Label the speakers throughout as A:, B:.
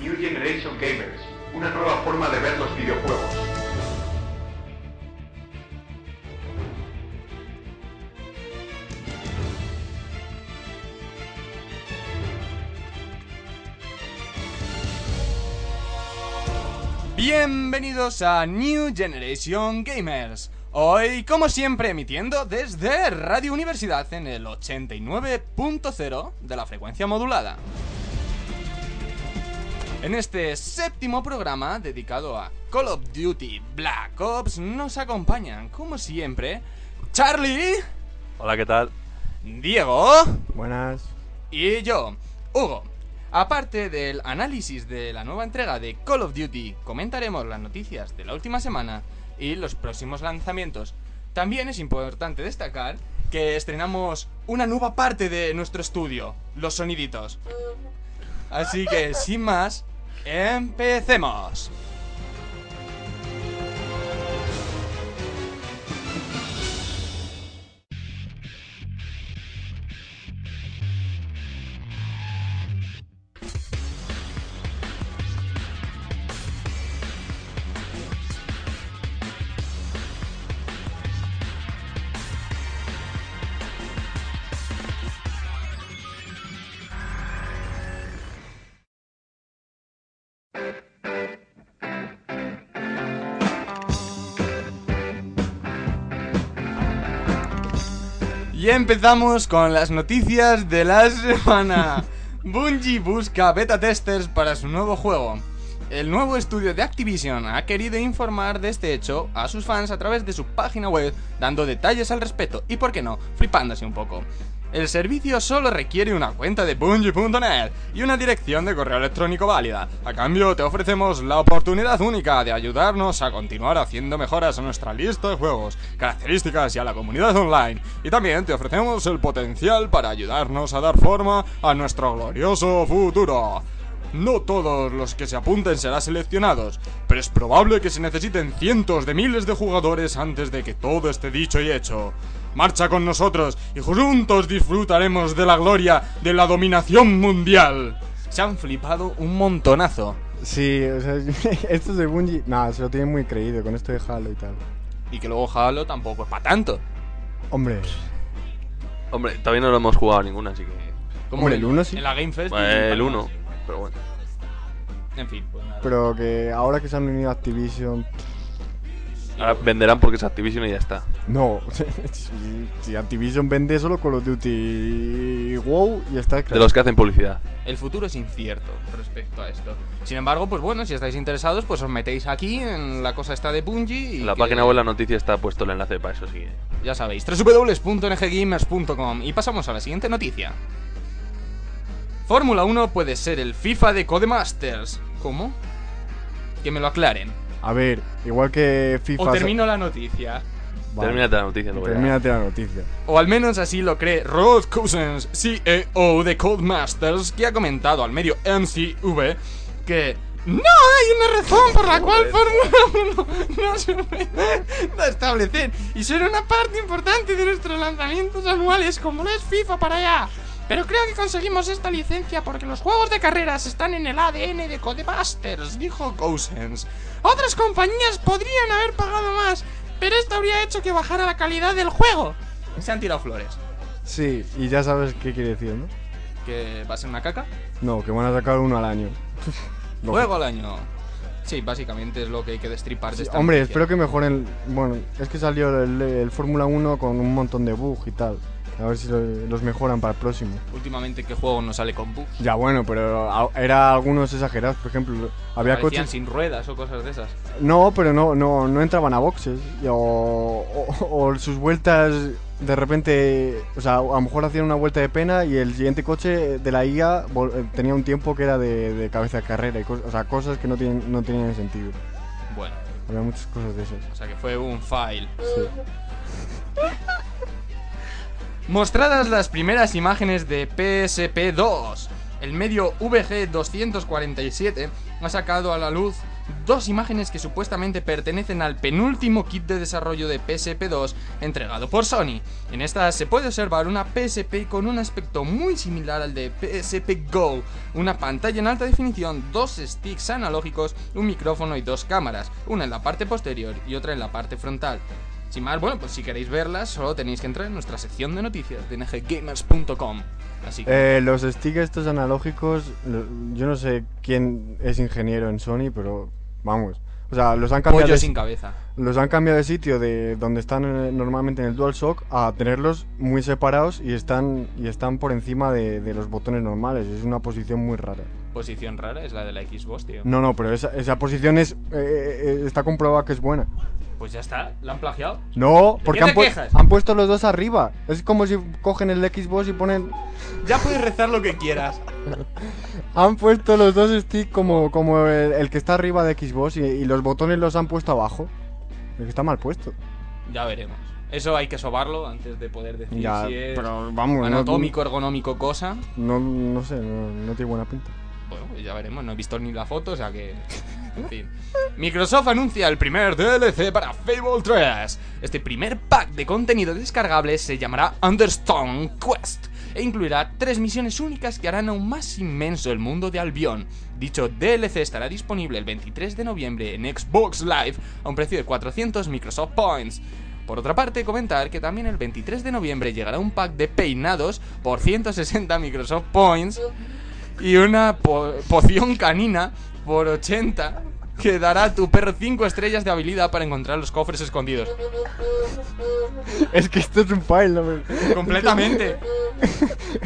A: New Generation Gamers, una nueva forma de ver los videojuegos.
B: Bienvenidos a New Generation Gamers. Hoy, como siempre, emitiendo desde Radio Universidad en el 89.0 de la frecuencia modulada. En este séptimo programa dedicado a Call of Duty Black Ops nos acompañan, como siempre, Charlie,
C: Hola, ¿qué tal?
B: Diego
D: Buenas.
B: Y yo, Hugo. Aparte del análisis de la nueva entrega de Call of Duty, comentaremos las noticias de la última semana y los próximos lanzamientos. También es importante destacar que estrenamos una nueva parte de nuestro estudio, los soniditos. Así que, sin más, empecemos. Y empezamos con las noticias de la semana. Bungie busca beta testers para su nuevo juego. El nuevo estudio de Activision ha querido informar de este hecho a sus fans a través de su página web, dando detalles al respecto y, por qué no, flipándose un poco. El servicio solo requiere una cuenta de Bungie.net y una dirección de correo electrónico válida. A cambio, te ofrecemos la oportunidad única de ayudarnos a continuar haciendo mejoras a nuestra lista de juegos, características y a la comunidad online. Y también te ofrecemos el potencial para ayudarnos a dar forma a nuestro glorioso futuro. No todos los que se apunten serán seleccionados, pero es probable que se necesiten cientos de miles de jugadores antes de que todo esté dicho y hecho. Marcha con nosotros y juntos disfrutaremos de la gloria de la dominación mundial. Se han flipado un montonazo.
D: Sí, o sea, esto de Bungie. Nada, se lo tiene muy creído con esto de Halo y tal.
B: Y que luego Halo tampoco es para tanto.
D: Hombre,
C: Hombre, todavía no lo hemos jugado ninguna, así que.
D: Hombre, el uno sí.
B: En la Game Fest.
C: Bueno,
B: y-
C: Pues el 1, pero bueno.
B: En fin, pues nada.
D: pero que ahora que se han unido a Activision.
C: Ahora venderán porque es Activision y ya está.
D: No, si, si Activision vende solo Call of Duty y WoW y está
C: De los que hacen publicidad.
B: El futuro es incierto respecto a esto. Sin embargo, pues bueno, si estáis interesados, pues os metéis aquí en la cosa esta de Bungie. Y
C: En la
B: que-
C: página web de la noticia está puesto el enlace para eso, sí. que-
B: Ya sabéis, www.nggamers.com y pasamos a la siguiente noticia. Fórmula 1 puede ser el FIFA de Codemasters. ¿Cómo? Que me lo aclaren.
D: A ver, igual que FIFA.
B: O termino la noticia.
D: Vale,
C: Termínate la noticia, luego ya.
D: termínate la noticia.
B: O al menos así lo cree Rod Cousins, CEO de Codemasters, que ha comentado al medio MCV que no hay una razón por la cual Fórmula 1 no se pueda establecer y será una parte importante de nuestros lanzamientos anuales como lo es FIFA para allá. Pero creo que conseguimos esta licencia porque los juegos de carreras están en el ADN de Codemasters, dijo Cousins. Otras compañías podrían haber pagado más, pero esto habría hecho que bajara la calidad del juego. Se han tirado flores.
D: Sí, y ya sabes qué quiere decir, ¿no?
B: ¿Que va a ser una caca?
D: No, que van a sacar uno al año. Lo-
B: Juego al año. Sí, básicamente es lo que hay que destripar de esta
D: Hombre,
B: noticia.
D: espero que mejoren. Bueno, es que salió el, el Fórmula 1 con un montón de bug y tal. A ver si lo- los mejoran para el próximo.
B: Últimamente, ¿qué juego no sale con bugs?
D: Ya bueno, pero a- era algunos exagerados, por ejemplo, había
B: Parecían
D: coches.
B: sin ruedas o cosas de esas.
D: No, pero no, no, no entraban a boxes. Y O, o- o sus vueltas de repente, o sea, a lo mejor hacían una vuelta de pena y el siguiente coche de la IA vol- eh, tenía un tiempo que era de, de cabeza de carrera, y cos- o sea, cosas que no tienen, no tenían sentido.
B: Bueno,
D: Había muchas cosas de esas.
B: o sea que fue un file.
D: Sí.
B: Mostradas las primeras imágenes de PSP 2, el medio VG247 ha sacado a la luz dos imágenes que supuestamente pertenecen al penúltimo kit de desarrollo de PSP2 entregado por Sony. En estas se puede observar una PSP con un aspecto muy similar al de PSP Go, una pantalla en alta definición, dos sticks analógicos, un micrófono y dos cámaras, una en la parte posterior y otra en la parte frontal. Sin más, bueno, pues si queréis verlas, solo tenéis que entrar en nuestra sección de noticias de nggamers.com. Así que...
D: Eh, los sticks estos analógicos, lo- yo no sé quién es ingeniero en Sony, pero vamos. O sea, los han cambiado,
B: Pollo
D: de,
B: sin cabeza.
D: los han cambiado de sitio de donde están eh, normalmente en el DualShock a tenerlos muy separados y están, y están por encima de, de los botones normales. Es una posición muy rara.
B: Posición rara es la de la Xbox, tío.
D: No, no, pero esa, esa posición es, eh, eh, eh, está comprobada que es buena.
B: Pues ya está, la han plagiado.
D: No,
B: ¿De
D: porque
B: qué
D: han,
B: te
D: pu-
B: quejas?
D: han puesto los dos arriba. Es como si cogen el Xbox y ponen
B: Ya puedes rezar lo que quieras.
D: Han puesto los dos sticks como, como el, el que está arriba de Xbox y, y los botones los han puesto abajo. Es que está mal puesto.
B: Ya veremos. Eso hay que sobarlo antes de poder decir
D: Ya,
B: si es
D: pero vamos, no-
B: anatómico, ergonómico, cosa.
D: No, no sé, no, no tiene buena pinta.
B: Bueno, pues ya veremos, no he visto ni la foto, o sea que... En fin. Microsoft anuncia el primer DLC para Fable 3. Este primer pack de contenido descargable se llamará Understone Quest e incluirá tres misiones únicas que harán aún más inmenso el mundo de Albion. Dicho DLC estará disponible el 23 de noviembre en Xbox Live a un precio de 400 Microsoft Points. Por otra parte, comentar que también el 23 de noviembre llegará un pack de peinados por 160 Microsoft Points y una po- poción canina por 80 que dará a tu perro 5 estrellas de habilidad para encontrar los cofres escondidos.
D: Es que esto es un file, ¿no?
B: Completamente.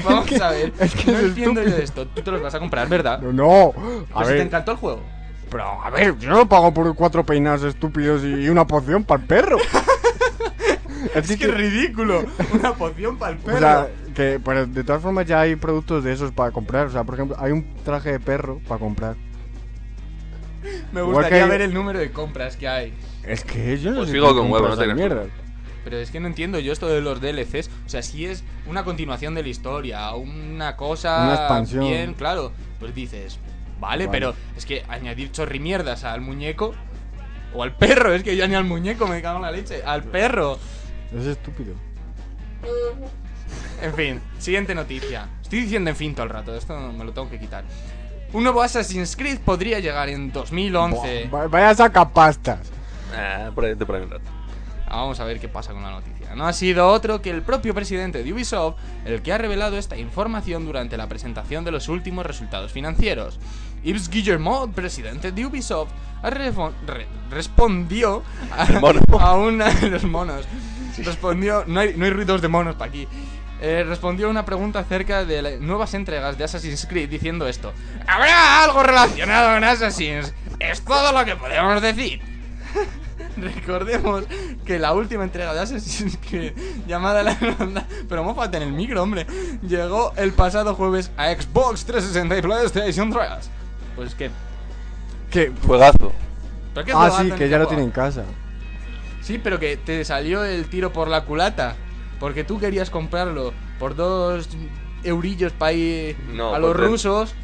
B: Vamos a ver.
D: es que
B: no
D: es
B: entiendo yo
D: estúpido.
B: esto. Tú te los vas a comprar, ¿verdad?
D: No, no. A
B: Pues si te
D: ver,
B: encantó el juego.
D: pero a ver, yo no pago por cuatro peinados estúpidos y una poción para el perro. Así que-
B: ridículo. Una poción para el
D: O sea, que pero de todas formas ya hay productos de esos para comprar. O sea, por ejemplo, hay un traje de perro para comprar.
B: Me
D: igual
B: gustaría
D: que hay-
B: ver el número de compras que hay.
D: Es que yo no
C: Pues
D: sé
C: sigo
D: quién
C: con
D: compra
C: huevo, no te
D: esas
C: creas.
D: mierdas.
B: Pero es que no entiendo yo esto de los DLCs. O sea, si es una continuación de la historia, una cosa
D: Una expansión.
B: bien, claro, pues dices, vale,
D: Vale.
B: pero es que añadir chorrimierdas al muñeco o al perro, es que yo ni al muñeco me cago en la leche, al perro.
D: Es estúpido.
B: En fin, siguiente noticia. Estoy diciendo en fin todo el rato, esto me lo tengo que quitar. Un nuevo Assassin's Creed podría llegar en 2011.
D: Buah, va- vaya sacapastas.
C: Ah, por ahí te ponen un rato.
B: Ah, Vamos a ver qué pasa con la noticia. No ha sido otro que el propio presidente de Ubisoft el que ha revelado esta información durante la presentación de los últimos resultados financieros. Yves Guillermot, presidente de Ubisoft, ha refo- re- respondió a,
C: El mono.
B: a una de los monos. Respondió, no hay, no hay ruidos de monos para aquí. Eh, respondió a una pregunta acerca de la- nuevas entregas de Assassin's Creed diciendo esto. ¿Habrá algo relacionado con Assassin's? Es todo lo que podemos decir. Recordemos que la última entrega de Assassin's Creed, llamada La Ronda, pero mófate en el micro, hombre, llegó el pasado jueves a Xbox 360 y PlayStation 3. Pues que.
D: Que
C: Juegazo.
B: ¿pero qué
D: Ah,
B: juegazo
D: sí,
B: en
D: que
B: este
D: ya lo
B: juego?
D: tiene en casa.
B: Sí, pero que te salió el tiro por la culata. Porque tú querías comprarlo por dos eurillos para ir
C: No,
B: a los
C: por tres.
B: rusos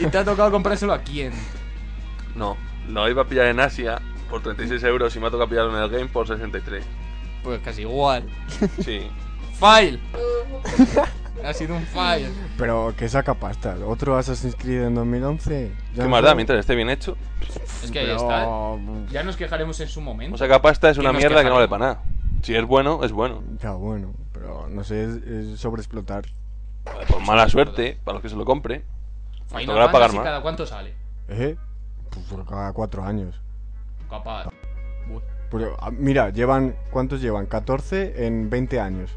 B: y te ha tocado comprárselo a quién.
C: Pues, No, lo iba a pillar en Asia por 36 euros y me ha tocado pillarlo en el game por 63.
B: Pues casi igual.
C: Sí.
B: File. ha sido un file.
D: Pero que sacapastas. Otro Assassin's Creed en 2011. Ya
C: ¿Qué
D: no
C: más
D: sé.
C: da? Mientras esté bien hecho.
B: Es que ahí
D: Pero-
B: está. Ya nos quejaremos en su momento.
C: O sea, que pasta es
B: Y
C: una
B: nos
C: mierda que no vale para
B: quejaremos.
C: nada. Si es bueno, es bueno.
D: Ya, bueno, pero no sé, es, es sobreexplotar.
C: Por mala suerte, para los que se lo compren.
B: Final
C: tocará pagar
B: Fantasy,
C: más.
B: ¿Cada cuánto sale?
D: ¿Eh? Pues por cada cuatro años.
B: Capaz. Uy.
D: Pero, ah, mira, llevan. ¿Cuántos llevan? 14 en 20 años.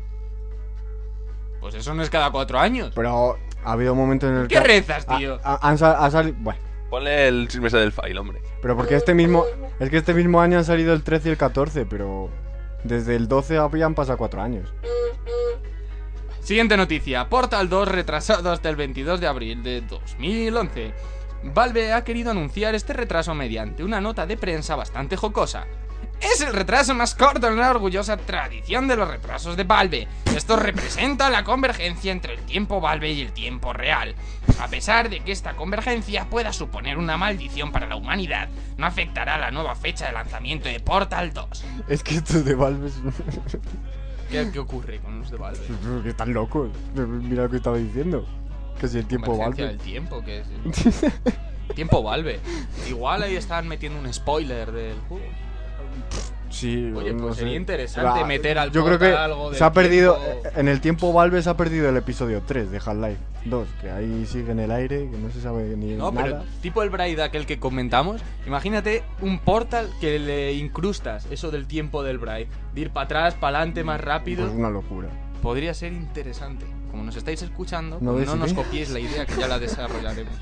B: Pues eso no es cada cuatro años.
D: Pero ha habido momentos en el
B: ¿Qué
D: que.
B: rezas,
D: ha-
B: tío?
D: ha- han sal- ha sali- Bueno,
C: Ponle el chisme ese del file, hombre.
D: pero porque este mismo. Es que este mismo año han salido el 13 y el 14, pero. Desde el 12 habían pasado cuatro años.
B: Siguiente noticia. Portal 2 retrasado hasta el 22 de abril de 2011. Valve ha querido anunciar este retraso mediante una nota de prensa bastante jocosa. Es el retraso más corto en la orgullosa tradición de los retrasos de Valve. Esto representa la convergencia entre el tiempo Valve y el tiempo real. A pesar de que esta convergencia pueda suponer una maldición para la humanidad, no afectará la nueva fecha de lanzamiento de Portal 2.
D: Es que estos de Valve es-
B: ¿Qué, qué ocurre con los de Valve?
D: que están locos. Mira lo que estaba diciendo. Que si el tiempo
B: Convergencia
D: Valve.
B: del tiempo, que es- tiempo Valve. Igual ahí están metiendo un spoiler del juego.
D: Sí,
B: Oye,
D: no
B: pues
D: sé.
B: sería interesante
D: Va,
B: meter al
D: Yo creo que
B: portal algo del
D: se ha perdido.
B: tiempo.
D: En el tiempo Valve se ha perdido el episodio 3 de Half-Life 2, que ahí sigue en el aire, que no se sabe ni
B: No,
D: nada.
B: pero tipo el Braid aquel que comentamos, imagínate un portal que le incrustas eso del tiempo del Braid, de ir para atrás, para adelante más rápido,
D: Pues una locura.
B: podría ser interesante. Como nos estáis escuchando,
D: ¿No
B: no,
D: ves
B: nos
D: idea?
B: copiéis la idea que ya la desarrollaremos.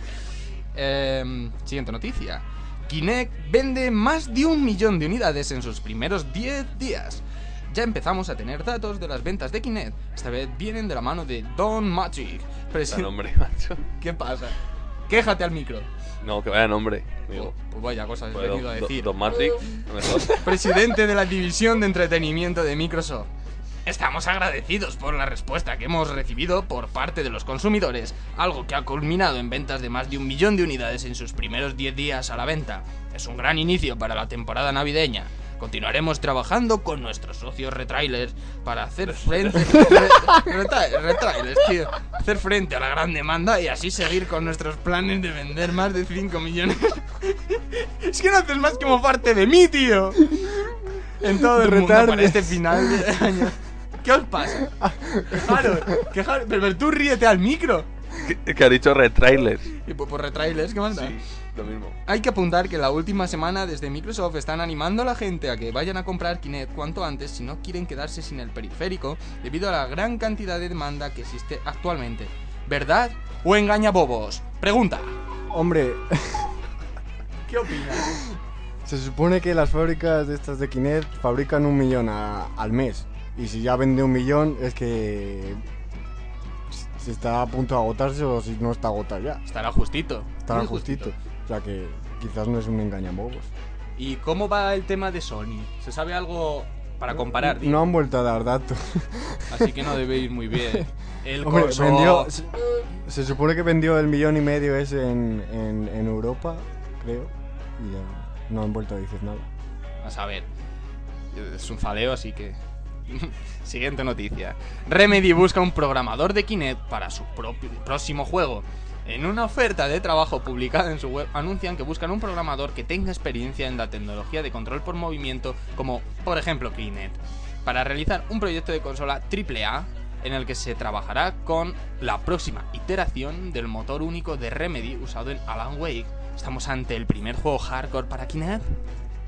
B: Em, siguiente noticia. Kinect vende más de un millón de unidades en sus primeros 10 días. Ya empezamos a tener datos de las ventas de Kinect. Esta vez vienen de la mano de Don Magic.
C: Vaya nombre, macho.
B: ¿Qué pasa? Quéjate al micro.
C: No, que vaya nombre. Digo,
B: Pues vaya
D: Oh,
B: cosas he
C: pues,
B: venido a
C: do-
B: decir.
C: do- Don Matrix, a lo mejor.
B: Presidente de la división de entretenimiento de Microsoft. Estamos agradecidos por la respuesta que hemos recibido por parte de los consumidores, algo que ha culminado en ventas de más de un millón de unidades en sus primeros 10 días a la venta. Es un gran inicio para la temporada navideña. Continuaremos trabajando con nuestros socios retrailers para hacer frente re- reta- retrailers, tío. hacer frente a la gran demanda y así seguir con nuestros planes de vender más de 5 millones. es que no haces más que mofarte de mí, tío. En todo el mundo para
D: Retardes.
B: este final de año. ¿Qué os pasa? Quejaros, quejaros. Pero, pero tú ríete al micro.
C: Que- que ha dicho retrailers.
B: Y pues por retrailers, ¿qué manda?
C: Sí, lo mismo.
B: Hay que apuntar que la última semana desde Microsoft están animando a la gente a que vayan a comprar Kinect cuanto antes si no quieren quedarse sin el periférico debido a la gran cantidad de demanda que existe actualmente. ¿Verdad o engaña bobos? Pregunta.
D: Hombre,
B: ¿Qué opinas?
D: se supone que las fábricas de estas de Kinect fabrican un millón a- al mes. Y si ya vende un millón, es que. Si está a punto de agotarse o si no está agotado ya.
B: Estará justito.
D: Está
B: muy
D: justito. O sea que quizás no es un engañabobos.
B: ¿Y cómo va el tema de Sony? ¿Se sabe algo para comparar?
D: No han vuelto a dar datos.
B: Así que no debe ir muy bien. El
D: Hombre,
B: corso-
D: vendió- se, se supone que vendió el millón y medio ese en, en- en Europa, creo. Y ya no han vuelto a decir nada.
B: A saber. Es un faleo, así que. Siguiente noticia. Remedy busca un programador de Kinect para su propio- próximo juego. En una oferta de trabajo publicada en su web anuncian que buscan un programador que tenga experiencia en la tecnología de control por movimiento como, por ejemplo, Kinect, para realizar un proyecto de consola AAA en el que se trabajará con la próxima iteración del motor único de Remedy usado en Alan Wake. ¿Estamos ante el primer juego hardcore para Kinect?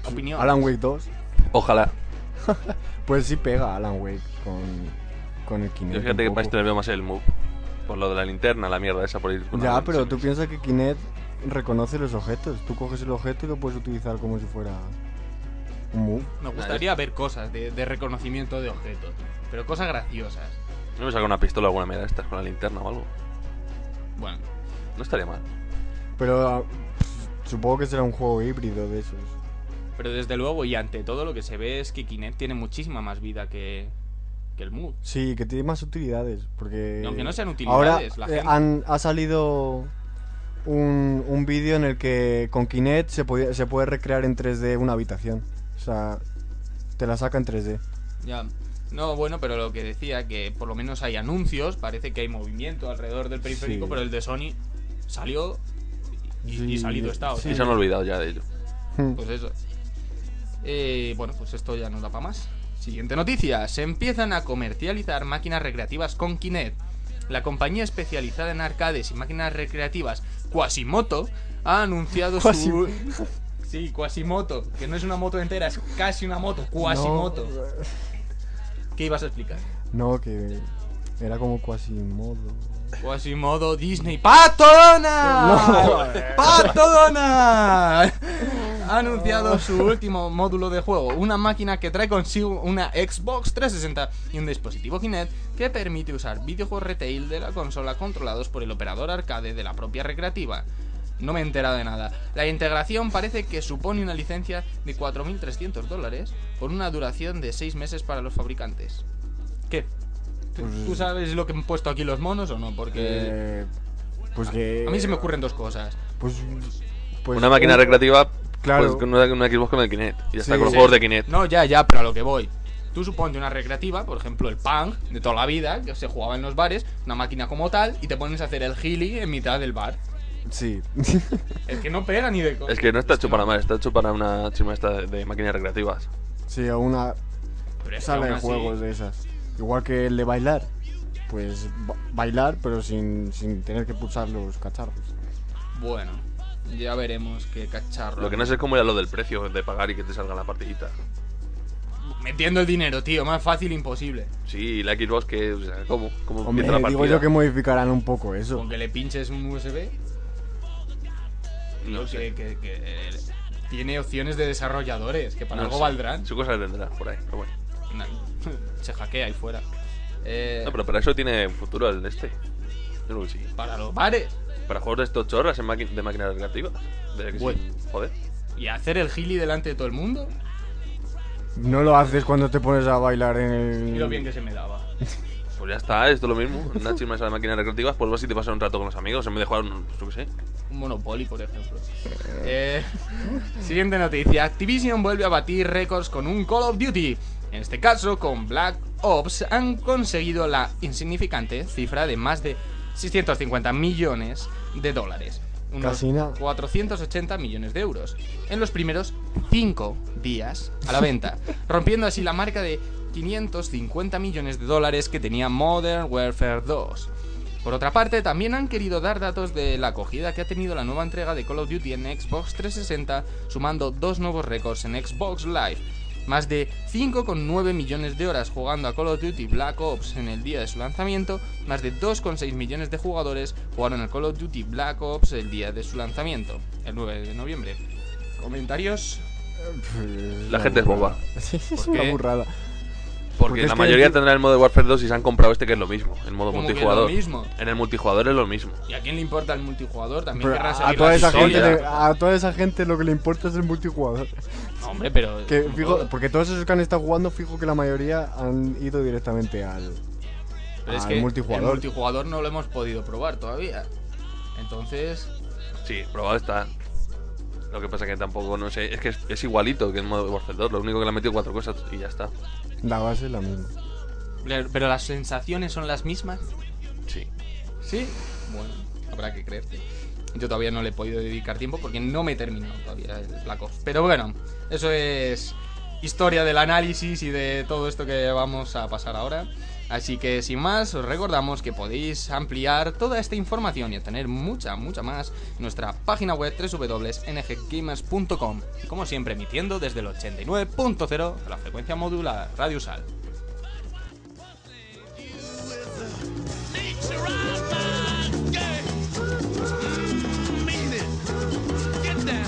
B: Opinión.
D: Alan Wake 2.
C: Ojalá.
D: Pues sí pega Alan Wake con, con el Kinect.
C: Yo fíjate que
D: un
C: para
D: poco.
C: este le veo más el move. Por lo de la linterna, la mierda esa por ir con
D: Ya,
C: la-
D: pero tú piensas que Kinect reconoce los objetos. Tú coges el objeto y lo puedes utilizar como si fuera un move.
B: Me gustaría ver cosas de, de reconocimiento de objetos, pero cosas graciosas.
C: No me saca una pistola o alguna mierda de estas con la linterna o algo.
B: Bueno,
C: No estaría mal.
D: Pero ah, pff, supongo que será un juego híbrido de esos.
B: pero desde luego y ante todo lo que se ve es que Kinect tiene muchísima más vida que, que el Mood.
D: Sí, que tiene más utilidades, porque...
B: Y aunque no sean
D: Ahora
B: utilidades, la
D: eh,
B: gente-
D: han- ha salido un, un vídeo en el que con Kinect se, podía- se puede recrear en 3D una habitación. O sea, te la saca en 3D.
B: Ya. No, bueno, pero lo que decía, que por lo menos hay anuncios, parece que hay movimiento alrededor del periférico,
D: Sí.
B: pero el de Sony salió y, y
D: Sí,
B: salido está. o
D: sí.
C: Y
B: sea,
C: se han olvidado ya de ello.
B: Pues eso. Eh, bueno, pues esto ya nos da para más. Siguiente noticia. Se empiezan a comercializar máquinas recreativas con Kinect. La compañía especializada en arcades y máquinas recreativas Quasimoto ha anunciado su... Sí, Quasimoto, que no es una moto entera, es casi una moto, Quasimoto. ¿Qué ibas a explicar?
D: No, no, que era como Quasimodo.
B: Quasimodo Disney. ¡Patona! ¡Patona! Ha anunciado su último módulo de juego, una máquina que trae consigo una Xbox 360 y un dispositivo Kinect que permite usar videojuegos retail de la consola controlados por el operador arcade de la propia recreativa. No me he enterado de nada. La integración parece que supone una licencia de 4.300 dólares por una duración de 6 meses para los fabricantes. ¿Qué? ¿Tú-
D: Pues-
B: ¿Tú sabes lo que han puesto aquí los monos o no? Porque
D: Eh, pues que.
B: a mí se me ocurren dos cosas.
D: Pues. pues
C: una máquina
D: un-
C: recreativa,
D: Claro.
C: pues con una, una Xbox con el Kinect. Y ya está
D: Sí,
C: con los
D: sí.
C: juegos de Kinect.
B: No, ya, ya, pero a lo que voy. Tú suponte una recreativa, por ejemplo, el punk de toda la vida, que se jugaba en los bares, una máquina como tal, y te pones a hacer el gili en mitad del bar.
D: Sí.
B: Es que no pega ni de co-
C: Es que no está
B: Es que
C: hecho para más, está hecho para una chima esta de, de máquinas recreativas.
D: sí, a una
B: Pero es que
D: sala
B: aún
D: de
B: así-
D: juegos de esas. Igual que el de bailar. Pues ba- bailar, pero sin, sin tener que pulsar los cacharros.
B: Bueno, ya veremos qué cacharro.
C: Lo que no sé es cómo era lo del precio de pagar y que te salga la partidita.
B: Metiendo el dinero, tío, más fácil imposible.
C: Sí, y la Xbox que, o sea, ¿cómo? ¿Cómo
D: Hombre,
C: empieza la
D: Eh, digo
C: partida?
D: yo que modificarán un poco eso.
B: Con que le pinches un USB,
C: no
B: tío, que,
C: sé.
B: que- que, eh, tiene opciones de desarrolladores, que para
C: no
B: algo
C: sé.
B: valdrán.
C: Su cosa tendrá por ahí, pero bueno.
B: Nah, se hackea ahí fuera. Eh,
C: No, pero para eso tiene futuro el este. Yo creo que sí.
B: Para los bares.
C: Para juegos de estos chorras en maqui- de máquinas recreativas. De que sí.
B: Bueno.
C: Joder.
B: Y hacer el gili delante de todo el mundo.
D: No lo haces cuando te pones a bailar en el.
B: Y lo bien que se me daba.
C: Pues ya está, esto es lo mismo. Una chisma esa de máquinas recreativas, pues vas y te pasas un rato con los amigos en vez de jugar, un- yo qué sé.
B: Un Monopoly, por ejemplo. Eh, siguiente noticia. Activision vuelve a batir récords con un Call of Duty. En este caso, con Black Ops, han conseguido la insignificante cifra de más de 650 millones de dólares. Unos
D: Casi nada.
B: 480 millones de euros. En los primeros 5 días a la venta. rompiendo así la marca de 550 millones de dólares que tenía Modern Warfare 2. Por otra parte, también han querido dar datos de la acogida que ha tenido la nueva entrega de Call of Duty en Xbox 360, sumando dos nuevos récords en Xbox Live. Más de 5,9 millones de horas jugando a Call of Duty Black Ops en el día de su lanzamiento, más de 2,6 millones de jugadores jugaron al Call of Duty Black Ops el día de su lanzamiento, el 9 de noviembre. ¿Comentarios?
D: Pues,
C: La
D: una
C: gente es
D: burrada.
C: boba.
D: Sí, es
B: ¿Por qué?
D: una burrada.
C: Porque
D: es
C: la
D: que
C: mayoría
D: dice-
C: tendrá el modo de Warfare 2 y se han comprado este que es lo mismo, el modo
B: Como que
C: multijugador.
B: lo mismo.
C: En el multijugador es lo mismo.
B: ¿Y a quién le importa el multijugador? También
D: Pero
B: querrá
D: a,
B: seguir
D: toda
B: las
D: esa gente
B: historias.
D: le- a toda esa gente lo que le importa es el multijugador.
B: No, hombre, pero...
D: Que fijo- porque todos esos que han estado jugando, fijo que la mayoría han ido directamente al.
B: Pero es
D: al
B: que
D: multijugador.
B: el multijugador no lo hemos podido probar todavía. Entonces,
C: Sí, probado está. Lo que pasa que tampoco, no sé, es que es, es igualito que el modo de Warfare 2, lo único que le han metido cuatro cosas y ya está.
D: La base es la misma.
B: pero pero las sensaciones son las mismas.
C: Sí.
B: ¿Sí? Bueno, habrá que creerte. Yo todavía no le he podido dedicar tiempo porque no me he terminado todavía el Black Ops. Pero bueno, eso es historia del análisis y de todo esto que vamos a pasar ahora. Así que sin más, os recordamos que podéis ampliar toda esta información y obtener mucha, mucha más en nuestra página web www.nggamers.com. Y como siempre, emitiendo desde el 89.0 de la frecuencia modular Radio Sal.
E: Nature I find gay. Mean it. Get down.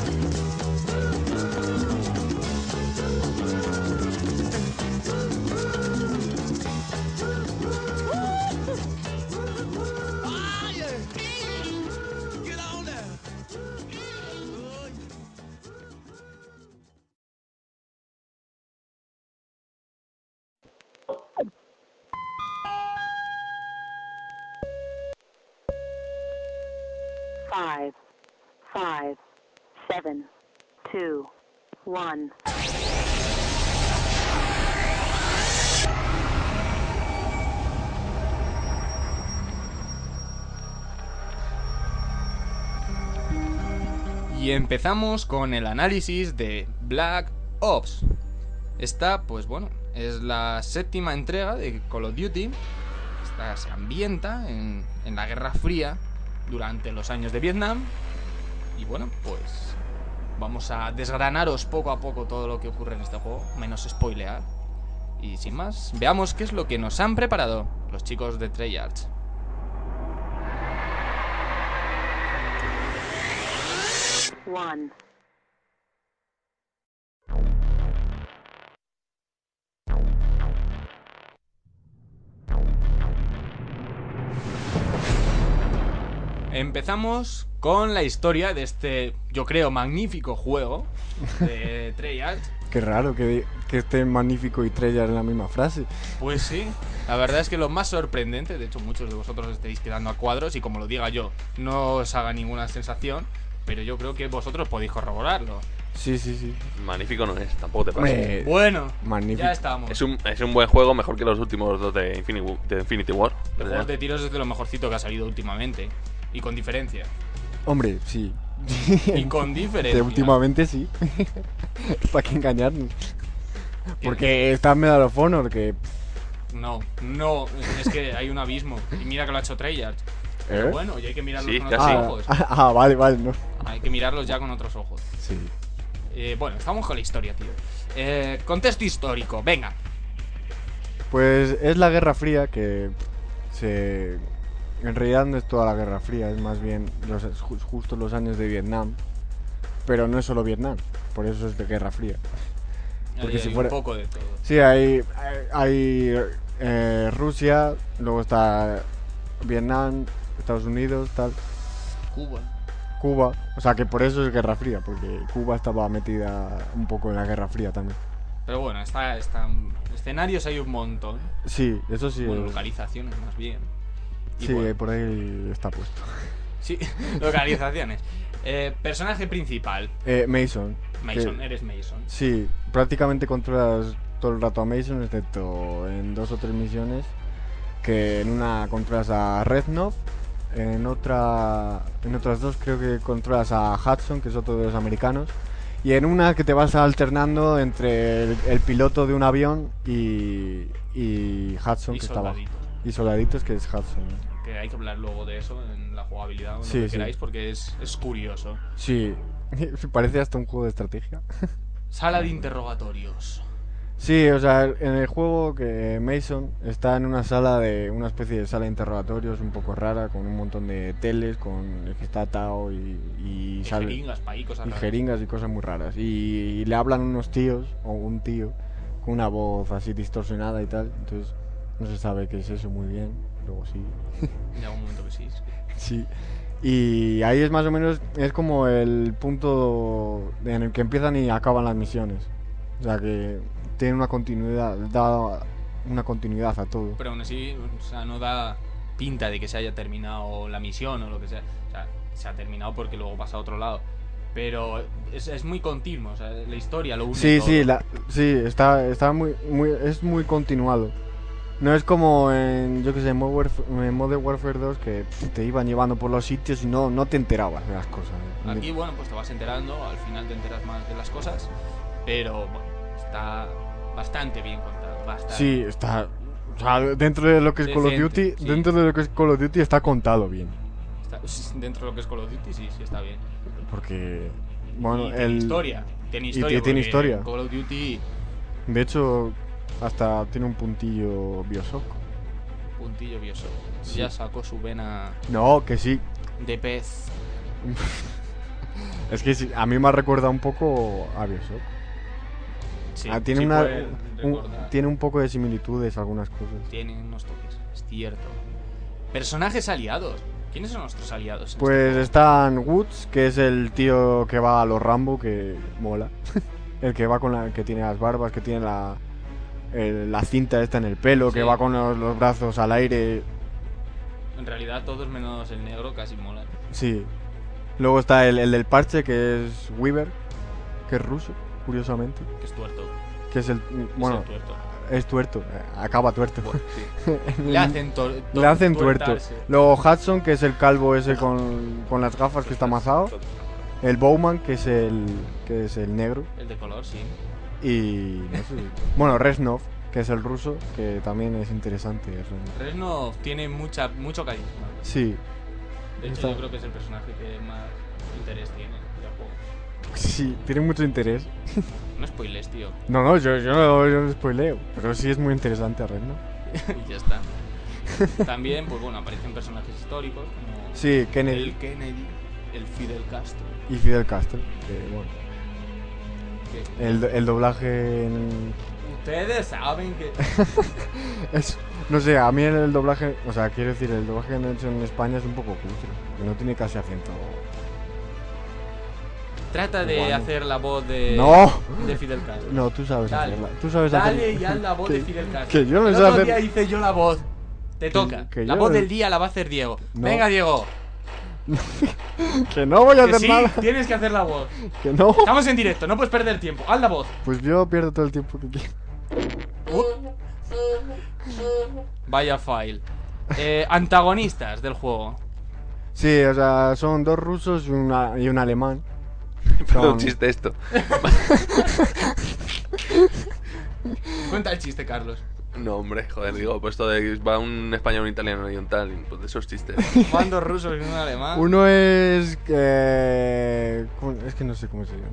E: Ah, yeah. Get on down. Oh, yeah.
F: five, five, seven, two, one.
B: Y empezamos con el análisis de Black Ops. Esta, pues bueno, es la séptima entrega de Call of Duty. Esta se ambienta en, en la Guerra Fría durante los años de Vietnam. Y bueno, pues vamos a desgranaros poco a poco todo lo que ocurre en este juego, menos spoilear. Y sin más, veamos qué es lo que nos han preparado los chicos de Treyarch.
F: One.
B: Empezamos con la historia de este, yo creo, magnífico juego de Treyarch.
D: Qué raro que, que esté magnífico y Treyarch en la misma frase.
B: Pues sí, la verdad es que lo más sorprendente, de hecho muchos de vosotros estáis quedando a cuadros y como lo diga yo, no os haga ninguna sensación, pero yo creo que vosotros podéis corroborarlo.
D: Sí, sí, sí.
C: Magnífico no es, tampoco te pases.
D: Hombre,
B: Bueno,
D: magnífico.
B: ya estamos.
C: Eh, Es un, es un buen juego, mejor que los últimos dos de Infinity, Wu- de Infinity War.
B: Los
C: ¿verdad?
B: juegos de tiros es de lo mejorcito que ha salido últimamente. Y con diferencia.
D: Hombre, sí.
B: Y con
D: Que
B: diferencia.
D: últimamente sí. ¿Para qué engañarnos?
B: Que-
D: Porque está Medal of Honor, que.
B: No, no, es que hay un abismo. Y mira que lo ha hecho Treyarch. Pero
D: ¿Eh?
B: bueno, pues. y hay que mirarlos
C: Sí,
B: con
C: ya
B: otros
C: sí.
D: Ah,
B: ojos.
D: ah, ah, vale, vale, no.
B: Hay que mirarlos ya con otros ojos.
D: Sí.
B: Eh, bueno, estamos con la historia, tío. Eh, contexto histórico, venga.
D: Pues es la Guerra Fría que se... En realidad no es toda la Guerra Fría, es más bien los, ju- justo los años de Vietnam. Pero no es solo Vietnam, por eso es de Guerra Fría. Porque
B: Hay-
D: si
B: hay
D: fuera-
B: Un poco de todo.
D: Sí, hay, hay eh, Rusia, luego está Vietnam, Estados Unidos, tal,
B: Cuba.
D: Cuba. O sea que por eso es Guerra Fría, porque Cuba estaba metida un poco en la Guerra Fría también.
B: Pero bueno, está, está- escenarios hay un montón.
D: Sí, eso sí.
B: Bueno,
D: es-
B: localizaciones más bien. Y
D: sí,
B: bueno,
D: por ahí está puesto.
B: sí, localizaciones. Eh, personaje principal,
D: Eh, Mason. que-
B: Mason, eres Mason.
D: Sí, prácticamente controlas todo el rato a Mason, excepto en dos o tres misiones. Que en una controlas a Reznov, en otra. En otras dos creo que controlas a Hudson, que es otro de los americanos. Y en una que te vas alternando entre el, el piloto de un avión y. y Hudson
B: Y
D: que está abajo.
B: soldadito.
D: Y soldaditos que es Hudson.
B: Que hay que hablar luego de eso en la jugabilidad o en
D: Sí,
B: lo que
D: sí.
B: queráis porque es, es curioso.
D: Sí. Parece hasta un juego de estrategia.
B: Sala de interrogatorios.
D: Sí, o sea, en el juego que Mason está en una sala de una especie de sala de interrogatorios un poco rara con un montón de teles con el que está atado y, y
B: Y
D: sale-
B: jeringas, paí, cosas
D: y
B: raras.
D: jeringas y cosas muy raras y, y le hablan unos tíos o un tío con una voz así distorsionada y tal, entonces no se sabe qué es eso muy bien, luego sí,
B: Ya un momento que sí. sí.
D: sí. Y ahí es más o menos es como el punto en el que empiezan y acaban las misiones. O sea que tiene una continuidad, da una continuidad a todo.
B: Pero aún así, o sea, no da pinta de que se haya terminado la misión o lo que sea. O sea, se ha terminado porque luego pasa a otro lado. Pero es, es muy continuo, o sea, la historia lo une
D: Sí,
B: todo.
D: sí, la- sí, está, está muy, muy, es muy continuado. No es como en, yo que sé, en Modern Warf- en Modern Warfare 2 que pf, te iban llevando por los sitios y no, no te enterabas de las cosas.
B: Aquí, bueno, pues te vas enterando, al final te enteras más de las cosas. Pero bueno, está bastante bien contado. Bastante.
D: Sí, está. O sea, dentro de lo que es Call of
B: Decente,
D: Duty,
B: sí.
D: dentro de lo que es Call of Duty está contado bien.
B: Está- dentro de lo que es Call of Duty, sí, sí está bien.
D: Porque. Bueno,
B: y
D: el.
B: tiene historia. Tiene
D: y
B: historia.
D: tiene
B: porque
D: historia.
B: Call of Duty,
D: De hecho, hasta tiene un puntillo Bioshock.
B: puntillo vioso.
D: Sí.
B: Ya sacó su vena
D: No, que sí.
B: de pez.
D: Ah, Es que sí, a mí me ha recordado un poco a Bioshock.
B: Sí,
D: Ah, tiene,
B: sí
D: una,
B: puede
D: un-
B: recordar.
D: tiene un poco de similitudes algunas cosas.
B: Tiene unos toques, es cierto. Personajes aliados. ¿Quiénes son nuestros aliados? en
D: Pues
B: este
D: están Woods, que es el tío que va a los Rambo, que mola. el que va con la. que tiene las barbas, que tiene la. el- la cinta esta en el pelo, que
B: Sí.
D: va con los, los brazos al aire.
B: juego? En realidad, todos menos el negro casi mola.
D: Sí. Luego está el, el del parche, que es Weaver, que es ruso, curiosamente.
B: Que es tuerto. es
D: Que es el. bueno,
B: el tuerto.
D: es tuerto, eh, acaba tuerto.
C: Bueno, sí.
B: Le hacen, tor-
D: Le hacen tuerto.
B: tuertarse.
D: Luego Hudson, que es el calvo ese con, con las gafas que está amasado. El Bowman, que es el, que es el negro.
B: El de color, sí.
D: Y. no sé, bueno, Reznov, que es el ruso, que también es interesante. Reznov.
B: Reznov tiene mucha, mucho carisma.
D: Sí,
B: De hecho,
D: Está-
B: yo creo que es el personaje que más interés tiene en el juego.
D: sí, tiene mucho interés.
B: No spoilers, tío.
D: No, no, yo, yo, no, yo no spoileo, pero sí es muy interesante Reznov.
B: y ya está. También, pues bueno, aparecen personajes históricos como
D: Sí, Kennedy
B: el Kennedy, el Fidel Castro.
D: y Fidel Castro. que, bueno,
B: que-
D: el, el doblaje en,
B: Ustedes saben que.
D: Es- no sé, a mí el, el doblaje, o sea, quiero decir, el doblaje que han hecho en España es un poco cutre, que no tiene casi acento.
B: Trata de
D: Bueno.
B: hacer la voz de.
D: No.
B: De Fidel Castro.
D: No, tú sabes
B: Dale.
D: hacerla. Tú sabes
B: Dale
D: hacer-
B: y haz la voz de
D: que-
B: Fidel Castro.
D: Que yo no
B: El
D: sé
B: otro
D: hacer.
B: día hice yo la voz. Te toca.
D: que
B: la
D: yo
B: voz
D: no-
B: del día la va a hacer Diego.
D: No.
B: Venga, Diego.
D: Que no voy a
B: Que
D: hacer
B: sí,
D: nada.
B: tienes que hacer la voz.
D: Que no.
B: Estamos en directo, no puedes perder tiempo. Haz la voz.
D: Pues yo pierdo todo el tiempo que quiero.
B: Uh. Vaya file. Eh, antagonistas del juego.
D: Sí, o sea, son dos rusos y, una, y un alemán.
C: Perdón,
D: Son-
C: chiste esto.
B: Cuenta el chiste, Carlos.
C: No, hombre, joder, digo, pues esto de va un español, un italiano y un tal, y, pues de esos chistes.
B: Cuando rusos y un alemán.
D: Uno es. eh, ¿cómo- es que no sé cómo se llama.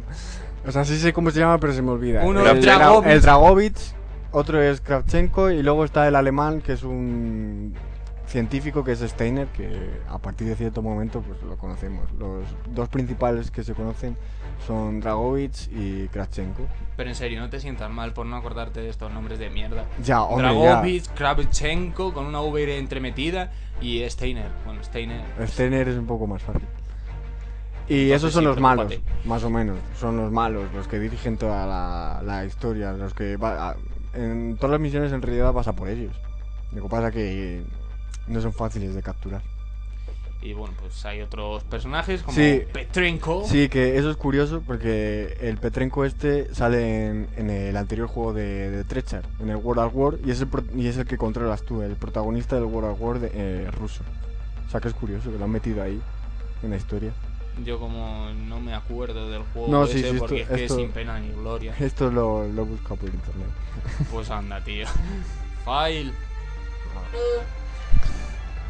D: O sea, sí sé cómo se llama, pero se me olvida.
B: Uno
D: el,
C: es
D: Dra-
B: Dragovich.
D: el Dragovich, otro es Kravchenko y luego está el alemán, que es un científico que es Steiner, que a partir de cierto momento pues lo conocemos. Los dos principales que se conocen son Dragovich y Kravchenko.
B: Pero en serio, no te sientas mal por no acordarte de estos nombres de mierda.
D: Ya, hombre,
B: Dragovich, Kravchenko con una V entremetida y Steiner. Bueno, Steiner.
D: ya. Steiner es un poco más fácil. Y
B: Entonces
D: esos son
B: sí,
D: los malos,
B: preocúpate.
D: más o menos. Son los malos, los que dirigen toda la, la historia, los que va- a- en todas las misiones en realidad vas a por ellos. Lo que pasa que no son fáciles de capturar.
B: Y bueno, pues hay otros personajes como
D: Sí.
B: Petrenko.
D: Sí, que eso es curioso porque el Petrenko este sale en, en el anterior juego de, de Trechar, en el World at War, y es el, pro- y es el que controlas tú, el protagonista del World at War de- eh, ruso. O sea que es curioso que lo han metido ahí en la historia.
B: Yo como no me acuerdo del juego
D: No, sí,
B: ese
D: sí, esto-
B: porque es que
D: esto-
B: sin pena ni gloria.
D: Esto lo, lo he buscado por internet.
B: Pues anda, tío. File.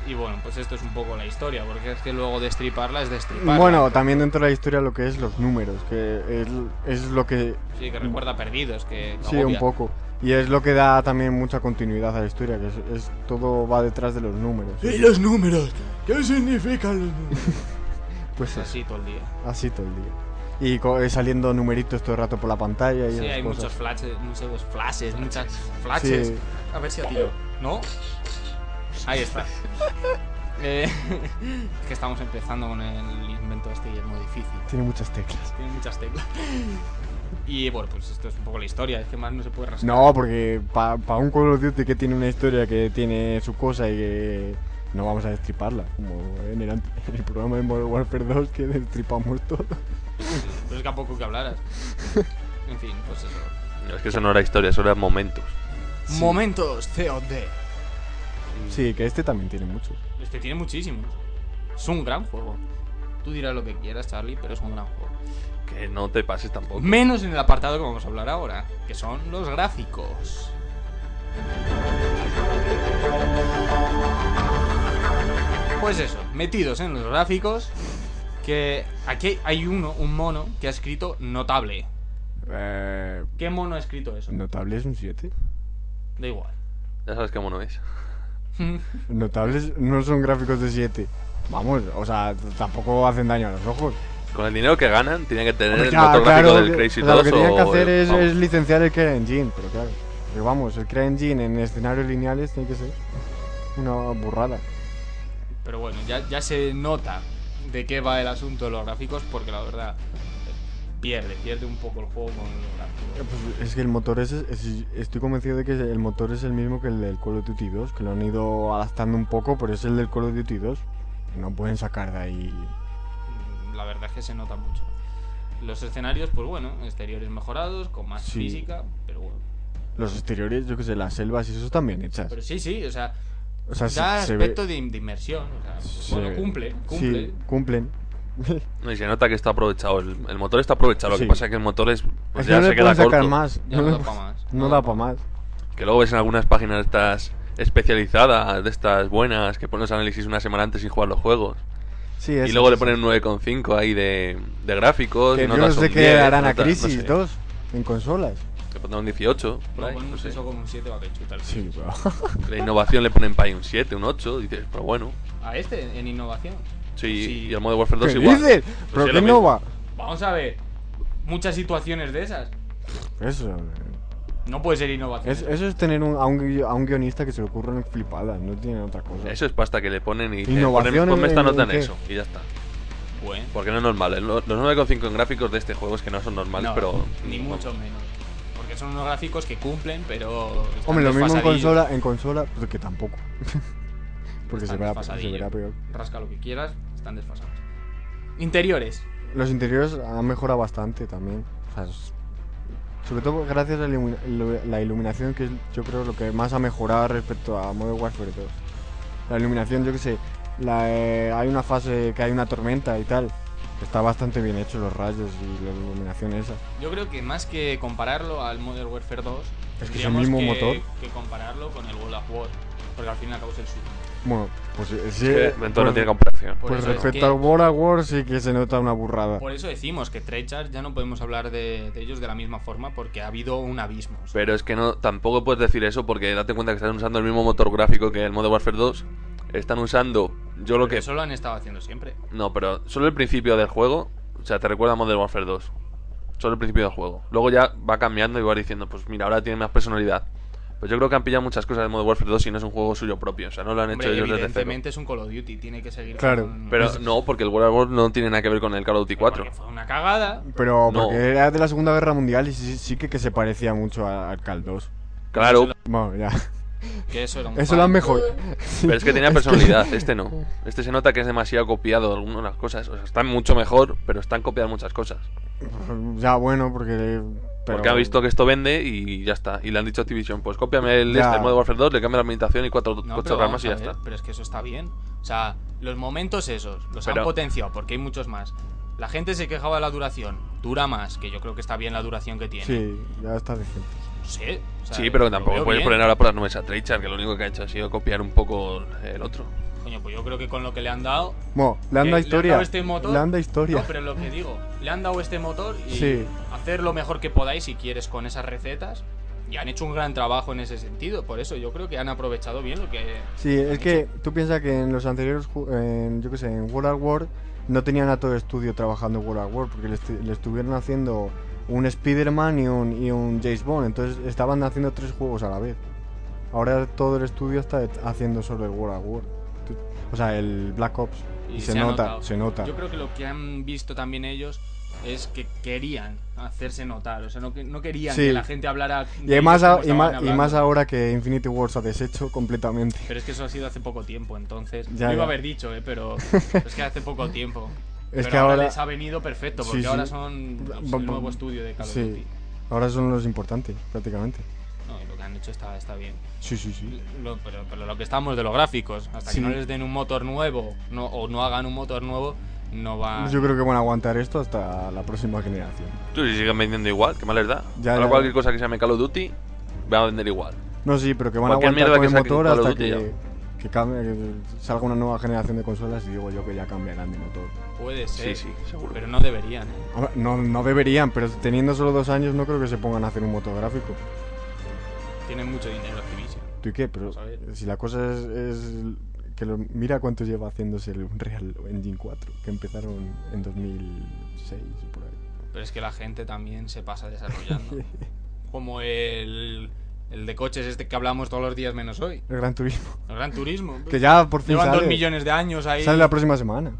B: Y bueno, pues esto es un poco la historia, porque es que luego destriparla es destriparla.
D: Bueno, también dentro de la historia lo que es los números, que es, es lo que...
B: Sí, que recuerda perdidos, que
D: Sí,
B: agobia.
D: un poco. Y es lo que da también mucha continuidad a la historia, que es, es- todo va detrás de los números.
B: ¿Y los números? ¿Qué significan los números?
D: Pues eso.
B: Así todo el día.
D: Así todo el día. Y co- eh, saliendo numeritos todo el rato por la pantalla y
B: Sí,
D: esas
B: hay
D: cosas.
B: muchos flashes, muchos flashes, muchas
D: Sí,
B: flashes. A ver si atiro. ¿No? Ahí está. Eh, es que estamos empezando con el invento este y es muy difícil.
D: tiene muchas teclas.
B: Tiene muchas teclas. Y bueno, pues esto es un poco la historia, es que más no se puede rascar.
D: No, porque para un Call of Duty que tiene una historia que tiene su cosa y que no vamos a destriparla, como en el, ant- en el programa de Modern Warfare 2 que destripamos todo.
B: Pero es que a poco que hablaras. En fin, pues eso.
C: No, es que eso no era historia, eso eran momentos.
B: Momentos COD.
D: Sí, que este también tiene muchos.
B: Este tiene muchísimos. Es un gran juego. Tú dirás lo que quieras, Charlie, pero es un gran juego.
C: Que no te pases tampoco.
B: Menos en el apartado que vamos a hablar ahora, que son los gráficos. Pues eso, metidos en los gráficos, que aquí hay uno, un mono, que ha escrito notable.
D: Eh,
B: ¿Qué mono ha escrito eso?
D: ¿Notable es un 7?
B: Da igual.
C: Ya sabes qué mono es.
D: Notables no son gráficos de 7. Vamos, o sea, t- tampoco hacen daño a los ojos.
C: Con el dinero que ganan, tienen que tener
D: Hombre,
C: el
D: claro,
C: motor gráfico
D: claro,
C: del
D: que-
C: Crazy
D: o sea, Lo
C: 2
D: que tenían
C: o
D: que
C: el-
D: hacer es,
C: vamos.
D: es licenciar el Kera Engine, pero claro. Pero vamos, el Kera Engine en escenarios lineales tiene que ser una burrada.
B: Pero bueno, ya, ya se nota de qué va el asunto de los gráficos, porque la verdad eh, pierde, pierde un poco el juego con los
D: Eh,
B: gráficos.
D: pues es que el motor es, es- Estoy convencido de que el motor es el mismo que el del Call of Duty 2, que lo han ido adaptando un poco, pero es el del Call of Duty 2. No pueden sacar de ahí.
B: Mm, La verdad es que se nota mucho. Los escenarios, pues bueno, exteriores mejorados, con más
D: Sí.
B: física, pero bueno.
D: Los exteriores, yo que sé, las selvas y eso están bien hechas.
B: Pero sí, sí, o sea,
D: O sea, se,
B: da
D: se ve-
B: aspecto de, in- de inmersión. o sea,
D: se
B: bueno,
D: ve-
B: cumple,
D: sí,
B: cumple.
D: cumplen.
C: No, y se nota que está aprovechado. El, el motor está aprovechado. Lo
D: Sí.
C: que pasa es que el motor es. Pues
D: Es que
C: ya
D: no
C: se
D: le
C: queda
D: pueden sacar
C: corto.
D: más.
B: Ya no da pa' más.
D: No da para más.
C: Que luego ves en algunas páginas estas especializadas, de estas buenas, que ponen los análisis una semana antes sin jugar los juegos.
D: Sí,
C: y
D: eso,
C: luego le
D: sí.
C: ponen un 9,5 ahí de, de gráficos.
D: Que yo
C: notas
D: no sé
C: un
D: qué
C: 10,
D: harán a
C: notas- no
D: Crisis
C: sé,
D: 2 en consolas.
C: Le pondrán un 18. por
B: Luego
C: ahí,
B: con
C: no
B: un
C: sé.
B: piso como un 7 va pecho, tal.
D: Sí, pero...
C: La innovación le ponen para ahí un 7, un 8. Dices, pero bueno.
B: A este, en innovación.
C: Sí,
B: Sí.
C: y el Modern Warfare 2
D: ¿Qué
C: igual.
D: dices?
C: Pues
D: ¿Pero
C: sí,
D: qué
C: lo mismo.
D: no va?
B: Vamos a ver, muchas situaciones de esas.
D: Eso.
B: No puede ser innovación.
D: Es- eso es tener un- a, un, gui- a un guionista que se le ocurran flipadas, no tiene otra cosa.
C: Eso es pasta que le ponen y dicen,
D: Innovación
C: ponme, ponme
D: en-
C: esta
D: en
C: nota en
D: qué?
C: eso. Y ya está.
B: Bueno,
C: Porque no es normal. eh, lo- Los 9,5 en gráficos de este juego es que no son normales,
B: no,
C: pero.
B: Ni mucho menos. Porque son unos gráficos que cumplen, pero. están
D: Hombre, lo mismo en
B: desfasadillos.
D: consola, en consola, pues que tampoco. Porque se
B: Están
D: verá, se
B: desfasadillos.
D: verá peor.
B: Rasca lo que quieras, están desfasados. Interiores.
D: Los interiores han mejorado bastante también. O sea, es- sobre todo gracias a la ilumi- ilu- la iluminación, que es yo creo lo que más ha mejorado respecto a Modern Warfare 2. La iluminación, yo que sé, la, eh, hay una fase que hay una tormenta y tal. Está bastante bien hecho los rayos y la iluminación esa.
B: Yo creo que más que compararlo al Modern Warfare 2,
D: Es que es el
B: tendríamos
D: mismo
B: que,
D: motor.
B: que compararlo con el World of War. Porque al fin y al cabo es el suyo.
D: Bueno, pues eh, sí.
C: Eh,
D: pues-
C: entonces no tiene comparación.
B: Por
D: pues
B: eso es
D: respecto
B: que-
D: al World of War sí que se nota una burrada.
B: Por eso decimos que Treyarch ya no podemos hablar de, de ellos de la misma forma porque ha habido un abismo. o sea,
C: Pero es que no, tampoco puedes decir eso porque date cuenta que están usando el mismo motor gráfico que el Modern Warfare 2. Están usando, yo lo
B: pero
C: que...
B: Eso lo han estado haciendo siempre.
C: No, pero solo el principio del juego, o sea, te recuerda a Modern Warfare 2. Solo el principio del juego. Luego ya va cambiando y va diciendo, pues mira, ahora tiene más personalidad. Pues yo creo que han pillado muchas cosas de Modern Warfare 2 y no es un juego suyo propio. O sea, no lo han
B: Hombre,
C: hecho ellos desde cero.
B: evidentemente es un Call of Duty, tiene que seguir.
D: Claro,
B: con-
C: Pero no, porque el World of War no tiene nada que ver con el Call of Duty 4.
B: Porque fue una cagada.
D: Pero
C: No.
D: porque era de la Segunda Guerra Mundial y sí, sí que, que se parecía mucho a- al Cal 2.
C: Claro,
D: Bueno, ya.
B: Que eso era un
D: Eso
B: fan.
D: lo han mejorado.
C: pero es que tenía personalidad. Este no. Este se nota que es demasiado copiado de algunas cosas. O sea, están mucho mejor, pero están copiadas muchas cosas.
D: Ya bueno, porque. pero-
C: Porque ha visto que esto vende y ya está. Y le han dicho a Activision, pues cópiame el,
D: Ya.
C: este, el Modern Warfare 2, le cambia la ambientación y cuatro,
B: No,
C: cuatro
B: pero
C: ramas
B: vamos
C: y
B: a
C: ya
B: ver,
C: está.
B: Pero es que eso está bien. O sea, los momentos esos los han
C: Pero-
B: potenciado porque hay muchos más. La gente se quejaba de la duración. Dura más, que yo creo que está bien la duración que tiene.
D: Sí, ya está decente.
B: No sé, o sea,
C: Sí, pero
B: lo
C: que tampoco
B: veo
C: puedes
B: bien.
C: poner ahora por las nubes a Treyarch, que lo único que ha hecho ha sido copiar un poco el otro.
B: Coño, pues yo creo que con lo que le han dado.
D: Bueno, le
B: Eh,
D: anda
B: le han
D: historia.
B: dado este motor.
D: Le anda historia.
B: No, pero lo que digo, le han dado este motor y
D: Sí.
B: hacer lo mejor que podáis si quieres con esas recetas. Y han hecho un gran trabajo en ese sentido. Por eso yo creo que han aprovechado bien lo que.
D: Sí, es que tú piensas que en los anteriores, ju- en, yo qué sé, en World at War no tenían a todo estudio trabajando en World at War porque le, estu- le estuvieron haciendo un Spider-Man y un, y un James Bond, entonces estaban haciendo tres juegos a la vez. Ahora todo el estudio está et- haciendo solo el World at War, Tú- o sea, el Black Ops. Y, se,
B: ha
D: nota,
B: notado.
D: se nota.
B: Yo creo que lo que han visto también ellos es que querían hacerse notar. O sea, no, que- no querían
D: Sí.
B: que la gente hablara.
D: Y,
B: de
D: hay más
B: ellos
D: a-
B: como
D: y, más,
B: estaban
D: y más
B: hablando.
D: ahora que Infinity War se ha deshecho completamente.
B: Pero es que eso ha sido hace poco tiempo, entonces.
D: Ya,
B: lo iba
D: ya.
B: a haber dicho, ¿eh? pero es que hace poco tiempo.
D: Es
B: Pero
D: que
B: ahora,
D: ahora-
B: les ha venido perfecto, porque
D: Sí, sí.
B: ahora son
D: Va-
B: pues,
D: va-
B: el nuevo estudio de Call of Duty.
D: Sí, ahora son los importantes, prácticamente.
B: No, y lo que han hecho está, está bien.
D: Sí, sí, sí.
B: Lo- pero, pero lo que estamos de los gráficos, hasta
D: Sí.
B: que no les den un motor nuevo no, o no hagan un motor nuevo, no
C: Ah.
B: va.
D: Yo creo que van a aguantar esto hasta la próxima generación.
C: Tú si siguen vendiendo igual, qué más les da.
D: Ya,
C: ahora
D: ya.
C: cualquier cosa que se llame Call of Duty va a vender igual.
D: No, sí, pero que van
C: Cualquier
D: a aguantar
C: mierda
D: con
C: que
D: el
C: saquen
D: motor
C: Call of
D: hasta
C: Duty
D: que, que cambie- que salga una nueva generación de consolas y digo yo que ya cambiarán de motor.
B: Puede ser,
C: Sí, sí, seguro.
B: pero no deberían. ¿eh?
D: A ver, No, no deberían, pero teniendo solo dos años no creo que se pongan a hacer un motor gráfico.
B: Tienen mucho dinero Activision.
D: ¿Tú y qué? Pero
B: Vamos a ver.
D: si la cosa es, es que lo- mira cuánto lleva haciéndose el Unreal Engine 4, que empezaron en 2006 por ahí.
B: Pero es que la gente también se pasa desarrollando. Como el, el de coches este que hablamos todos los días menos hoy.
D: El Gran Turismo.
B: El Gran Turismo.
D: Que ya por fin
B: Llevan
D: sale.
B: dos millones de años ahí.
D: Sale la próxima semana.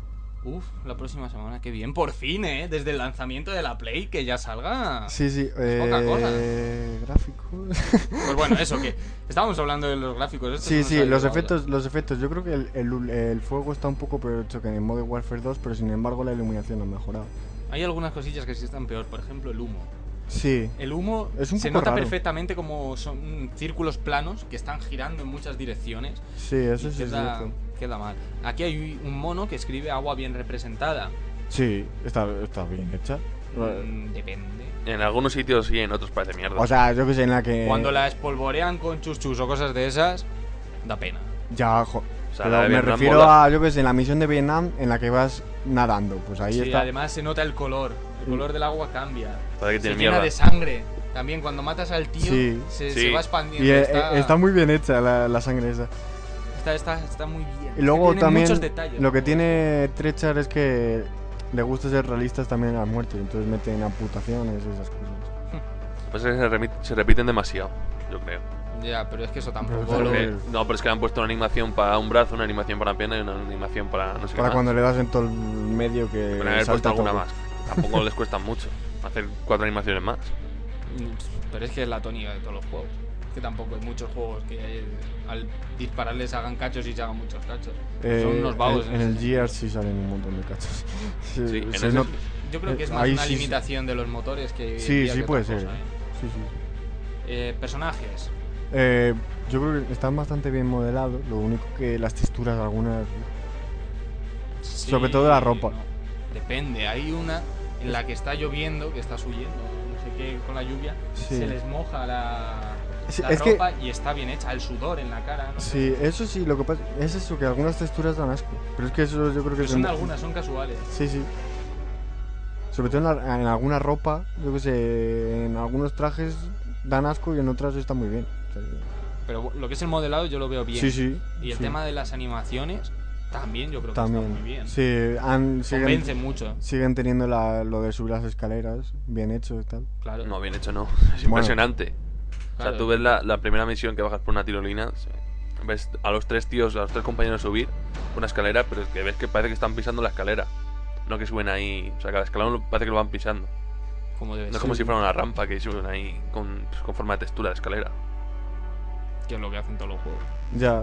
B: Uf, la próxima semana, qué bien. Por fin, ¿eh? Desde el lanzamiento de la Play, que ya salga.
D: Sí, sí.
B: Ah. poca cosa.
D: Eh, gráficos.
B: Pues bueno, eso que... Estábamos hablando de los gráficos. esto se
D: sí,
B: nos
D: sí,
B: ha ido
D: los
B: la olla.
D: efectos, los efectos. Yo creo que el, el- el fuego está un poco peor hecho que en Modern Warfare 2, pero sin embargo la iluminación ha mejorado.
B: Hay algunas cosillas que sí están peor. Por ejemplo, el humo.
D: Sí.
B: El humo
D: Es un
B: se
D: poco
B: nota
D: raro.
B: perfectamente como son círculos planos que están girando en muchas direcciones.
D: Sí, eso
B: y
D: sí es
B: queda,
D: cierto.
B: queda mal. Aquí hay un mono que escribe agua bien representada.
D: Sí, está, está bien hecha.
B: Mm, Depende.
C: En algunos sitios sí, en otros parece mierda.
D: O sea, yo que sé, en la que.
B: Cuando la espolvorean con chuchus o cosas de esas, da pena.
D: Ya, jo-
C: O sea,
D: pero
C: la de
D: me
C: Vietnam
D: refiero
C: mola.
D: a, yo que sé, en la misión de Vietnam en la que vas nadando. Pues ahí
B: Sí,
D: está. Mm.
B: además se nota el color. El color del agua cambia.
C: Parece que
B: Se
C: tiene
B: llena
C: mierda.
B: de sangre. También cuando matas al tío,
D: Sí.
B: se,
C: Sí.
B: se va
D: y
B: expandiendo.
D: eh, eh,
B: está,
D: está muy bien hecha la, la sangre esa.
B: está- está- está muy bien.
D: Y luego
B: Tiene
D: también
B: muchos detalles,
D: lo que
B: ¿no?
D: tiene Trechar es que le gusta ser realistas también a la muerte, entonces meten amputaciones y esas cosas.
C: Lo que pasa es que Pues se, remit- se repiten demasiado, yo creo.
B: Ya, pero es que eso tampoco
D: Pero
B: lo...
D: que-
C: Porque- no, pero es que han puesto una animación para un brazo, una animación para una pierna y una animación para no sé
D: Para
C: qué.
D: cuando le das en todo el medio que
C: más. Podrían haber puesto
D: salta
C: alguna
D: todo.
C: más. Tampoco les cuesta mucho hacer cuatro animaciones más.
B: Pero es que es la tonía de todos los juegos. Es que tampoco hay muchos juegos que eh, al dispararles hagan cachos y se hagan muchos cachos.
D: Eh,
B: Son unos vagos.
D: En,
B: en
D: en el
B: ese
D: Gears sí salen un montón de cachos. Sí,
C: Sí, en
D: se
C: ese-
D: not-
C: sí,
B: sentido. Yo creo que es
D: eh,
B: más
D: ahí
B: una
D: sí-
B: limitación de los motores que... hoy en
D: sí,
B: día
D: sí
B: que
D: puede
B: otra
D: ser.
B: cosa, ¿eh?
D: Sí, sí.
B: Eh, personajes.
D: Eh, yo creo que están bastante bien modelados. Lo único que las texturas algunas. Sobre
B: Sí,
D: todo la ropa.
B: no. Depende, hay una en la que está lloviendo, que estás huyendo, no sé qué, con la lluvia,
D: Sí.
B: se les moja la,
D: Sí,
B: la
D: es que-
B: ropa y está bien hecha, el sudor en la cara. ¿no?
D: Sí, eso sí, lo que pasa es eso, que algunas texturas dan asco. Pero es que eso yo creo que
B: Pero
D: es
B: son
D: un-
B: algunas, son casuales.
D: Sí, sí. Sobre todo en, la- en alguna ropa, yo que sé, en algunos trajes dan asco y en otras está muy bien. O sea,
B: Pero lo que es el modelado yo lo veo bien.
D: sí, sí.
B: Y el
D: sí.
B: tema de las animaciones también yo creo que
D: también.
B: está muy bien.
D: Sí, han, siguen,
B: Convence mucho,
D: siguen teniendo la- lo de subir las escaleras, bien hecho y tal.
B: claro.
C: No, bien hecho, no. Es
D: Bueno.
C: impresionante. O
B: claro.
C: sea, tú ves la, la primera misión que bajas por una tirolina, se- ves a los tres tíos, a los tres compañeros subir por una escalera, pero es que ves que parece que están pisando la escalera. No que suben ahí, o sea, cada escalón lo- parece que lo van pisando.
B: Como debe
C: No
B: ser,
C: es como si fuera una rampa que suben ahí con, pues, con forma de textura de escalera.
B: que es lo que hacen todos los juegos.
D: Ya.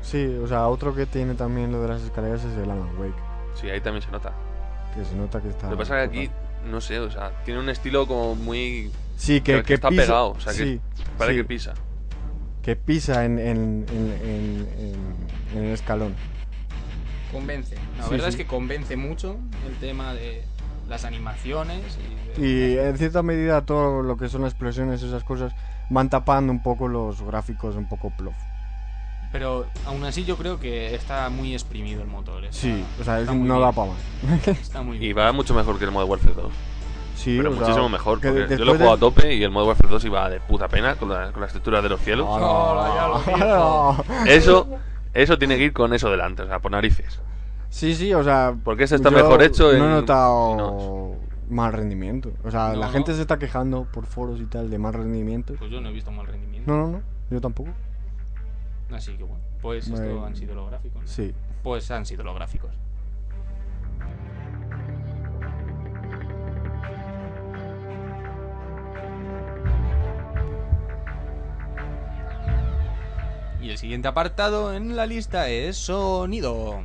D: Sí, o sea, otro que tiene también lo de las escaleras es el Alan Wake,
C: Sí, ahí también se nota.
D: que se nota que está...
C: Lo que pasa es que aquí, no sé, o sea, tiene un estilo como muy.
D: Sí, que,
C: que está
D: pisa-
C: pegado, o sea, que-
D: sí,
C: Parece
D: sí,
C: que pisa.
D: que pisa en, en- en- en- en- en el escalón.
B: Convence. La
D: Sí,
B: verdad
D: sí.
B: es que convence mucho el tema de las animaciones y, de-
D: Y eh, en cierta medida todo lo que son las explosiones, esas cosas, van tapando un poco los gráficos, un poco plof.
B: Pero aún así yo creo que está muy exprimido el motor. está-
D: Sí, o sea, es-
B: está muy
D: no da
B: bien,
D: para más.
B: Está muy
C: Y
B: bien.
C: va mucho mejor que el Modern Warfare 2.
D: Sí,
C: pero
D: o sea,
C: muchísimo mejor.
D: que
C: Porque
D: de-
C: yo lo he
D: después de-
C: jugado a tope y el Modern Warfare 2 iba de puta pena con, la- con las texturas de los cielos.
D: Ah,
B: Hola, ya lo
D: Claro.
C: Eso, eso tiene que ir con eso delante, o sea, por narices.
D: Sí, sí, o sea.
C: Porque este está
D: yo
C: mejor hecho en-
D: No he notado
C: no.
D: mal rendimiento. O sea,
B: No,
D: la
B: no.
D: gente se está quejando por foros y tal de mal rendimiento.
B: Pues yo no he visto mal rendimiento.
D: No, no, no. Yo tampoco.
B: Así que bueno, pues esto
D: Bueno.
B: han sido los gráficos. ¿no?
D: Sí.
B: Pues han sido los gráficos. Y el siguiente apartado en la lista es sonido.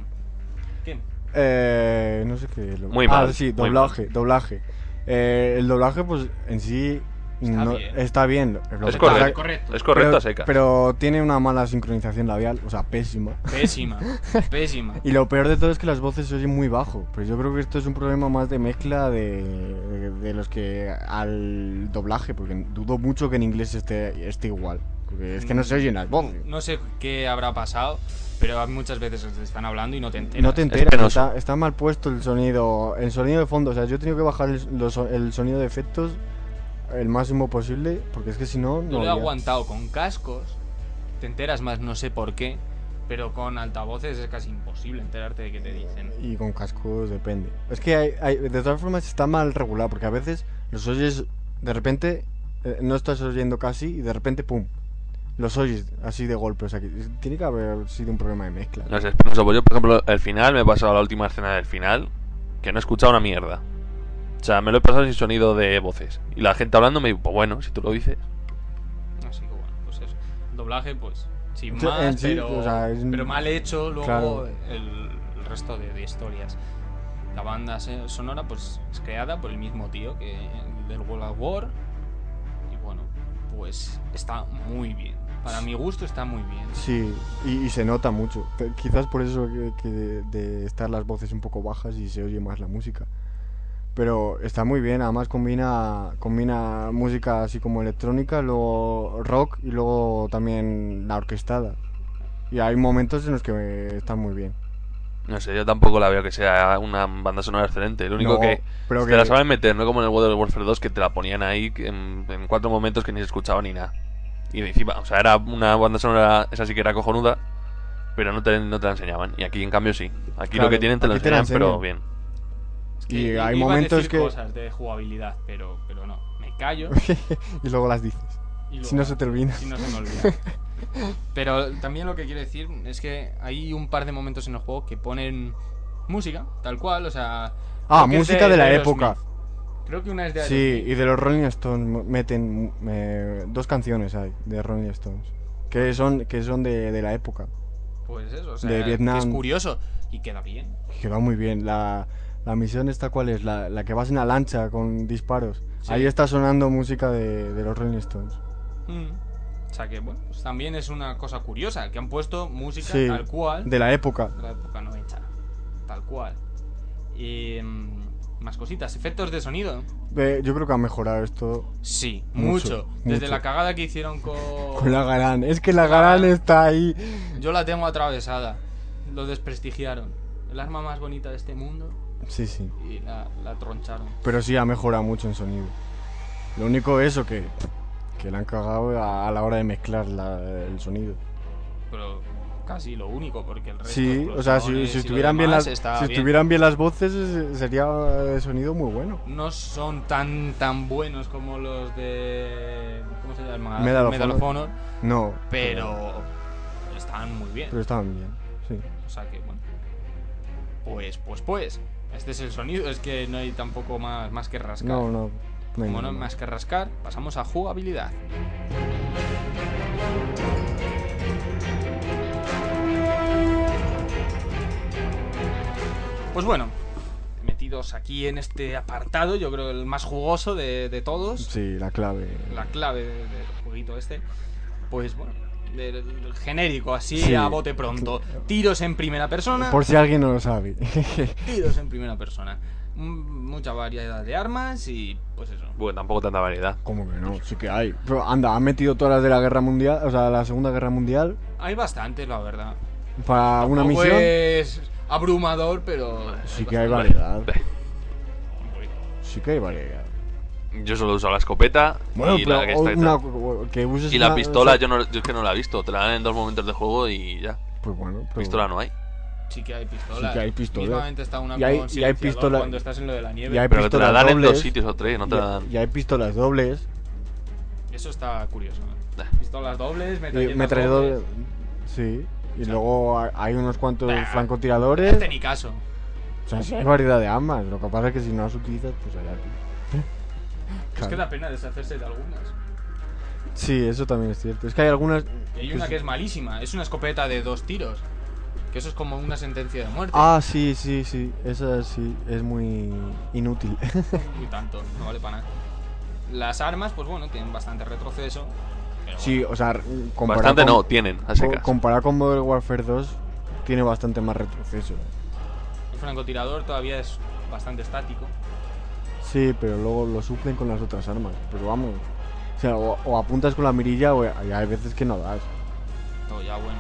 B: ¿Qué?
D: Eh, no sé qué. es lo-
C: Muy
D: ah,
C: mal,
D: sí,
C: muy
D: doblaje. Doblaje. Eh, el doblaje, pues en sí.
B: Está
D: no-
B: bien.
D: está bien. Lo
C: Es
D: que pasa-
C: correcto.
B: correcto.
C: Es correcto
D: pero-
C: a secas.
D: Pero tiene una mala sincronización labial, o sea, pésima.
B: Pésima, pésima.
D: Y lo peor de todo es que las voces se oyen muy bajo. Pero yo creo que esto es un problema más de mezcla de, de- de los que al doblaje, porque dudo mucho que en inglés esté, esté igual. Porque es que no se oyen las voces.
B: No sé qué habrá pasado, pero muchas veces te están hablando y no te enteras.
D: No te
C: Es
D: enteras,
C: penoso.
D: está, está mal puesto el sonido, el sonido de fondo. O sea, yo he tenido que bajar el, los- el sonido de efectos el máximo posible, porque es que si
B: Yo
D: no, no.
B: lo he
D: había-
B: aguantado con cascos, te enteras más, no sé por qué, pero con altavoces es casi imposible enterarte de qué te dicen.
D: Y con cascos depende. Es que hay, hay- de todas formas está mal regulado, porque a veces los oyes de repente, eh, no estás oyendo casi, y de repente, ¡pum! Los oyes así de golpe. O sea, que tiene que haber sido un problema de mezcla.
C: No sé, es penoso, porque Yo, por ejemplo, el final, me he pasado la última escena del final, que no he escuchado una mierda. O sea, me lo he pasado sin sonido de voces. Y la gente hablando me dice, pues bueno, si tú lo dices.
B: Así que bueno, pues eso. El doblaje, pues, sin
D: Sí,
B: más,
D: en sí,
B: pero,
D: o sea, es un-
B: pero mal hecho, luego
D: Claro.
B: el, el resto de, de historias. La banda se- sonora, pues, es creada por el mismo tío que del World of War. Y bueno, pues está muy bien. Para mi gusto está muy bien.
D: Sí, y, y se nota mucho. Te- Quizás por eso que, que de, de estar las voces un poco bajas y se oye más la música. Pero está muy bien, además combina, combina música así como electrónica, luego rock y luego también la orquestada. Y hay momentos en los que está muy bien.
C: No sé, yo tampoco la veo que sea una banda sonora excelente. Lo único
D: No,
C: que
D: pero
C: te
D: que-
C: la saben meter, no como en el World of Warfare 2 que te la ponían ahí que en, en cuatro momentos que ni se escuchaba ni nada. Y encima, o sea, era una banda sonora, esa sí que era cojonuda, pero no te, no te la enseñaban. Y aquí, en cambio, sí. Aquí
D: Claro,
C: lo que tienen te lo
D: aquí te la
C: enseñan, pero
D: enseñan.
C: bien.
B: Es
D: Y
B: que
D: hay
B: iba a
D: momentos
B: decir
D: que-
B: cosas de jugabilidad, pero, pero no, me me callo
D: y luego las dices.
B: y
D: Si
B: luego-
D: no se te olvida.
B: si no se me olvida. Pero también lo que quiero decir es que hay un par de momentos en el juego que ponen música, tal cual, o sea...
D: Ah,
B: creo que es
D: música de la
B: Aerosmith.
D: época.
B: Creo que una es de
D: Sí, y de los Rolling Stones mo- meten eh, dos canciones hay de Rolling Stones que son que son de, de la época.
B: Pues eso, o sea,
D: De
B: que
D: Vietnam.
B: es curioso y queda bien.
D: Que va muy bien. La, la misión esta cuál es la, la que vas en la lancha con disparos.
B: Sí.
D: Ahí está sonando música de, de los Rolling Stones.
B: Mm. O sea que, bueno, pues también es una cosa curiosa, que han puesto música
D: Sí,
B: tal cual
D: de la época.
B: de la época no hecha. Tal cual. Y, mm, más cositas, efectos de sonido.
D: Eh, yo creo que ha mejorado esto
B: Sí, mucho.
D: Mucho,
B: Desde
D: mucho.
B: la cagada que hicieron con...
D: con la Garán. Es que la Garán está ahí.
B: Yo la tengo atravesada. Lo desprestigiaron. El arma más bonita de este mundo
D: Sí, sí.
B: y la, la troncharon.
D: Pero sí ha mejorado mucho en sonido. Lo único es eso que, que le han cagado a, a la hora de mezclar la- el sonido.
B: Pero casi lo único, porque el resto.
D: Sí, o sea, si,
B: explosiones y
D: si
B: lo
D: estuvieran bien
B: demás
D: las
B: está
D: si estuvieran bien las voces eh, sería eh, sonido muy bueno.
B: No son tan tan buenos como los de. ¿Cómo se llama?
D: Medal of
B: Honor,
D: No,
B: pero. Están muy bien.
D: pero estaban bien. Sí.
B: O sea que, bueno. Pues, pues, pues. Este es el sonido, es que no hay tampoco más, más que rascar.
D: No, no. no hay
B: Como no
D: nada
B: hay más que rascar, pasamos a jugabilidad. Pues bueno, metidos aquí en este apartado, yo creo el más jugoso de, de todos,
D: Sí, la clave.
B: la clave de- del jueguito este, pues bueno, del, del genérico, así
D: Sí.
B: a bote pronto. Tiros en primera persona,
D: Por si alguien no lo sabe.
B: tiros en primera persona. Mm, Mucha variedad de armas y pues eso.
C: Bueno, tampoco tanta variedad.
D: ¿Cómo que no? Sí que hay. Pero anda, han metido todas las de la guerra mundial, o sea, la Segunda Guerra Mundial
B: Hay bastante, la verdad.
D: para una
B: Tampoco
D: misión.
B: es abrumador, pero.
D: Sí que hay
B: bastante.
D: variedad. Sí que hay variedad.
C: Yo solo he usado la escopeta
D: Bueno,
C: y
D: pero
C: la que está
D: una-
C: detrás.
D: que uses
C: Y la
D: una-
C: pistola,
D: o sea,
C: yo, no, yo es que no la he visto. Te la dan en dos momentos de juego y ya.
D: Pues bueno, pero-
C: Pistola no hay.
B: Sí que hay pistolas.
D: Sí que hay pistolas.
B: Mismamente está una
D: Y hay-
B: con
D: y hay
B: silenciador
D: pistola-
B: cuando estás en lo de la nieve.
D: y hay-
C: Pero que te la
D: pistolas
C: dan en dos
D: dobles.
C: sitios o tres, no te la dan.
D: Y, y hay pistolas dobles,
B: Eso está curioso. ¿eh?
C: Nah.
B: Pistolas dobles,
D: y
B: metralletas
D: metralladores.
B: dobles.
D: Sí. Y luego ha- hay unos cuantos
B: Bah.
D: francotiradores.
B: Este ni caso.
D: O sea, sí hay variedad de armas. Lo que pasa es que si no las utilizas, pues allá tú.
B: Es que
D: Claro.
B: da pena deshacerse de algunas.
D: Sí, eso también es cierto. Es que hay algunas.
B: Y hay una que es malísima. Es una escopeta de dos tiros. Que eso es como una sentencia de muerte.
D: Ah, sí, sí, sí. Esa sí es muy inútil.
B: Muy tanto. No vale para nada. Las armas, pues bueno, tienen bastante retroceso. pero
D: sí, o sea, comparado
C: Bastante
D: con-
C: no, tienen, a
D: co-
C: secas.
D: comparado con Modern Warfare 2, tiene bastante más retroceso.
B: El francotirador todavía es bastante estático.
D: Sí, pero luego lo suplen con las otras armas. Pero vamos. O sea, o, o apuntas con la mirilla o y hay veces que no das.
B: Todo ya bueno.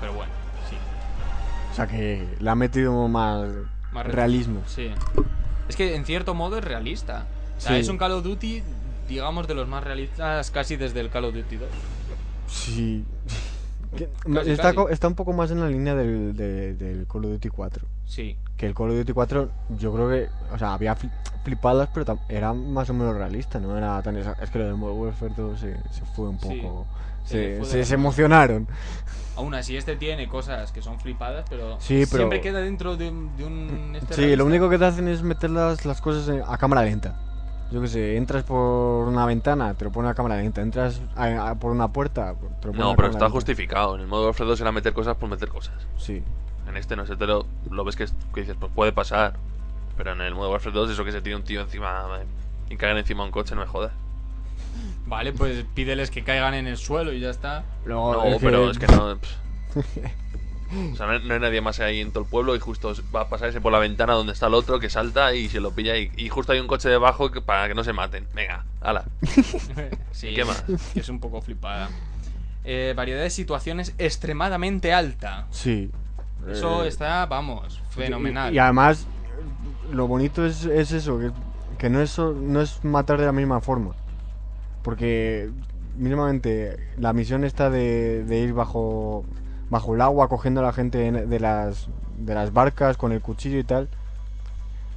B: Pero bueno, sí.
D: O sea que le ha metido más,
B: Más reto.
D: realismo.
B: Sí. Es que en cierto modo es realista. O sea,
D: Sí.
B: es un Call of Duty, digamos, de los más realistas casi desde el Call of Duty 2.
D: Sí. Que-
B: Casi,
D: está,
B: casi.
D: co- está un poco más en la línea del, de- del Call of Duty 4.
B: Sí.
D: Que el Call of Duty 4, yo creo que. O sea, había fli- flipadas, pero tam- era más o menos realista. No era tan. esa- Es que lo del Modern Warfare 2 se, se fue un
B: Sí.
D: poco.
B: Se le fue
D: Se,
B: de
D: se-
B: las
D: se
B: manos.
D: emocionaron.
B: Aún así, este tiene cosas que son flipadas, pero,
D: Sí, pero- Mm,
B: siempre queda dentro de un... de un este
D: Sí,
B: realista.
D: lo único que te hacen es meter las, las cosas en- a cámara lenta. Yo qué sé, entras por una ventana, te lo pone a cámara lenta. Entras a- a- por una puerta, te lo pone
C: No, pero
D: a cámara
C: está
D: lenta.
C: justificado. En el modo Warfare 2 era meter cosas por meter cosas.
D: Sí.
C: En este no sé, te lo, lo ves que, es- que dices, pues puede pasar. Pero en el modo Warfare 2, eso que se tira un tío encima eh, y cagan encima un coche, no me jodas.
B: Vale, pues pídeles que caigan en el suelo y ya está.
D: Luego,
C: No,
D: es que-
C: pero es que no. pff. O sea, no hay, no hay nadie más ahí en todo el pueblo y justo va a pasar ese por la ventana donde está el otro que salta y se lo pilla y, y justo hay un coche debajo que- para que no se maten. Venga, ala.
B: Sí,
C: ¿Y qué más?
B: que Es un poco flipada. Eh, variedad de situaciones extremadamente alta.
D: Sí.
B: Eso
D: Eh,
B: está, vamos, fenomenal.
D: Y, y además, lo bonito es, es eso, que, que no, es, so- no es matar de la misma forma. Porque mínimamente la misión está de, de ir bajo, bajo el agua, cogiendo a la gente en- de las, de las barcas con el cuchillo y tal.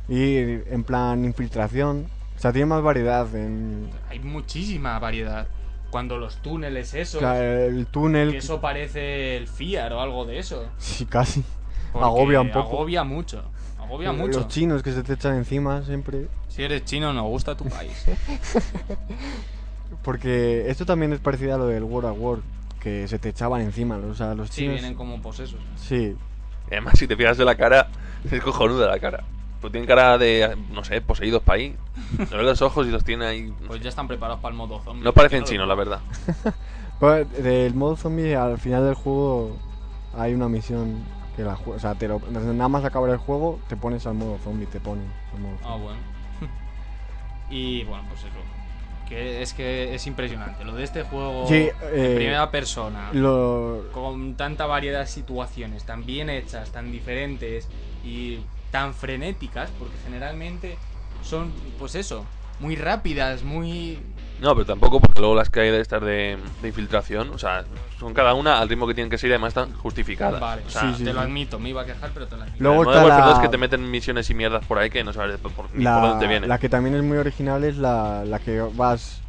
D: Y en plan infiltración. O sea, tiene más variedad en.
B: Hay muchísima variedad. Cuando los túneles esos,
D: Claro, el túnel.
B: que eso parece el FIAR o algo de eso.
D: Sí, casi.
B: porque
D: Agobia un poco. Eh,
B: Agobia mucho. Agobia
D: Los
B: mucho.
D: chinos que se te echan encima siempre.
B: Si eres chino, no gusta tu país.
D: Porque esto también es parecido a lo del World at War, que se te echaban encima. O sea, los
B: Sí,
D: chinos.
B: vienen como pues, posesos.
D: Sí,
C: Y además, si te fijas en la cara, es cojonuda la cara. Pues tienen cara de, no sé, poseídos para ahí. No ven los ojos y los tiene ahí.
B: Pues ya están preparados para el modo zombie.
C: No parecen chinos, la verdad.
D: Pues, del modo zombie al final del juego hay una misión que la jue- o sea, te lo- desde nada más acabar el juego te pones al modo zombie, te ponen al modo
B: Ah, bueno. y bueno, pues eso. Que es que es impresionante. Lo de este juego
D: Sí,
B: en
D: eh,
B: primera persona,
D: Lo-
B: con tanta variedad de situaciones, tan bien hechas, tan diferentes y tan frenéticas, porque generalmente son, pues eso, muy rápidas, muy...
C: No, pero tampoco, porque luego las que hay de estas de, de infiltración, o sea, son cada una al ritmo que tienen que ser y además están justificadas.
B: Vale,
C: o sea,
D: Sí, sí.
B: te lo admito, me iba a quejar, pero te lo admito.
C: Luego
D: Luego
C: el modo
D: está
C: de Warfare
D: la-
C: 2 que te meten misiones y mierdas por ahí que no sabes por, por- ni por
D: la,
C: dónde te viene.
D: la que también es muy original es la, la que vas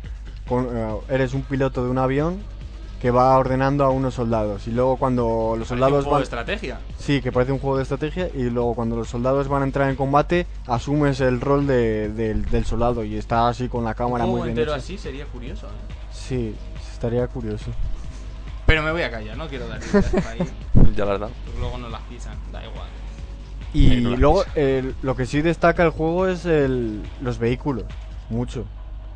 D: con, eh, eres un piloto de un avión que va ordenando a unos soldados y luego cuando los
B: Parece un
D: soldados
B: juego de
D: van
B: estrategia.
D: sí que parece un juego de estrategia y luego cuando los soldados van a entrar en combate asumes el rol de- del, del soldado y está así con la cámara
B: un
D: muy
B: juego
D: bien
B: entero
D: hecha.
B: así sería curioso. ¿eh?
D: Sí, estaría curioso.
B: Pero me voy a callar, no quiero dar ideas para ahí. Pues
C: Ya la verdad.
B: Luego no las pisan, da igual.
D: Y
C: Sí, no las
D: luego el- lo que sí destaca el juego es el, los vehículos, mucho.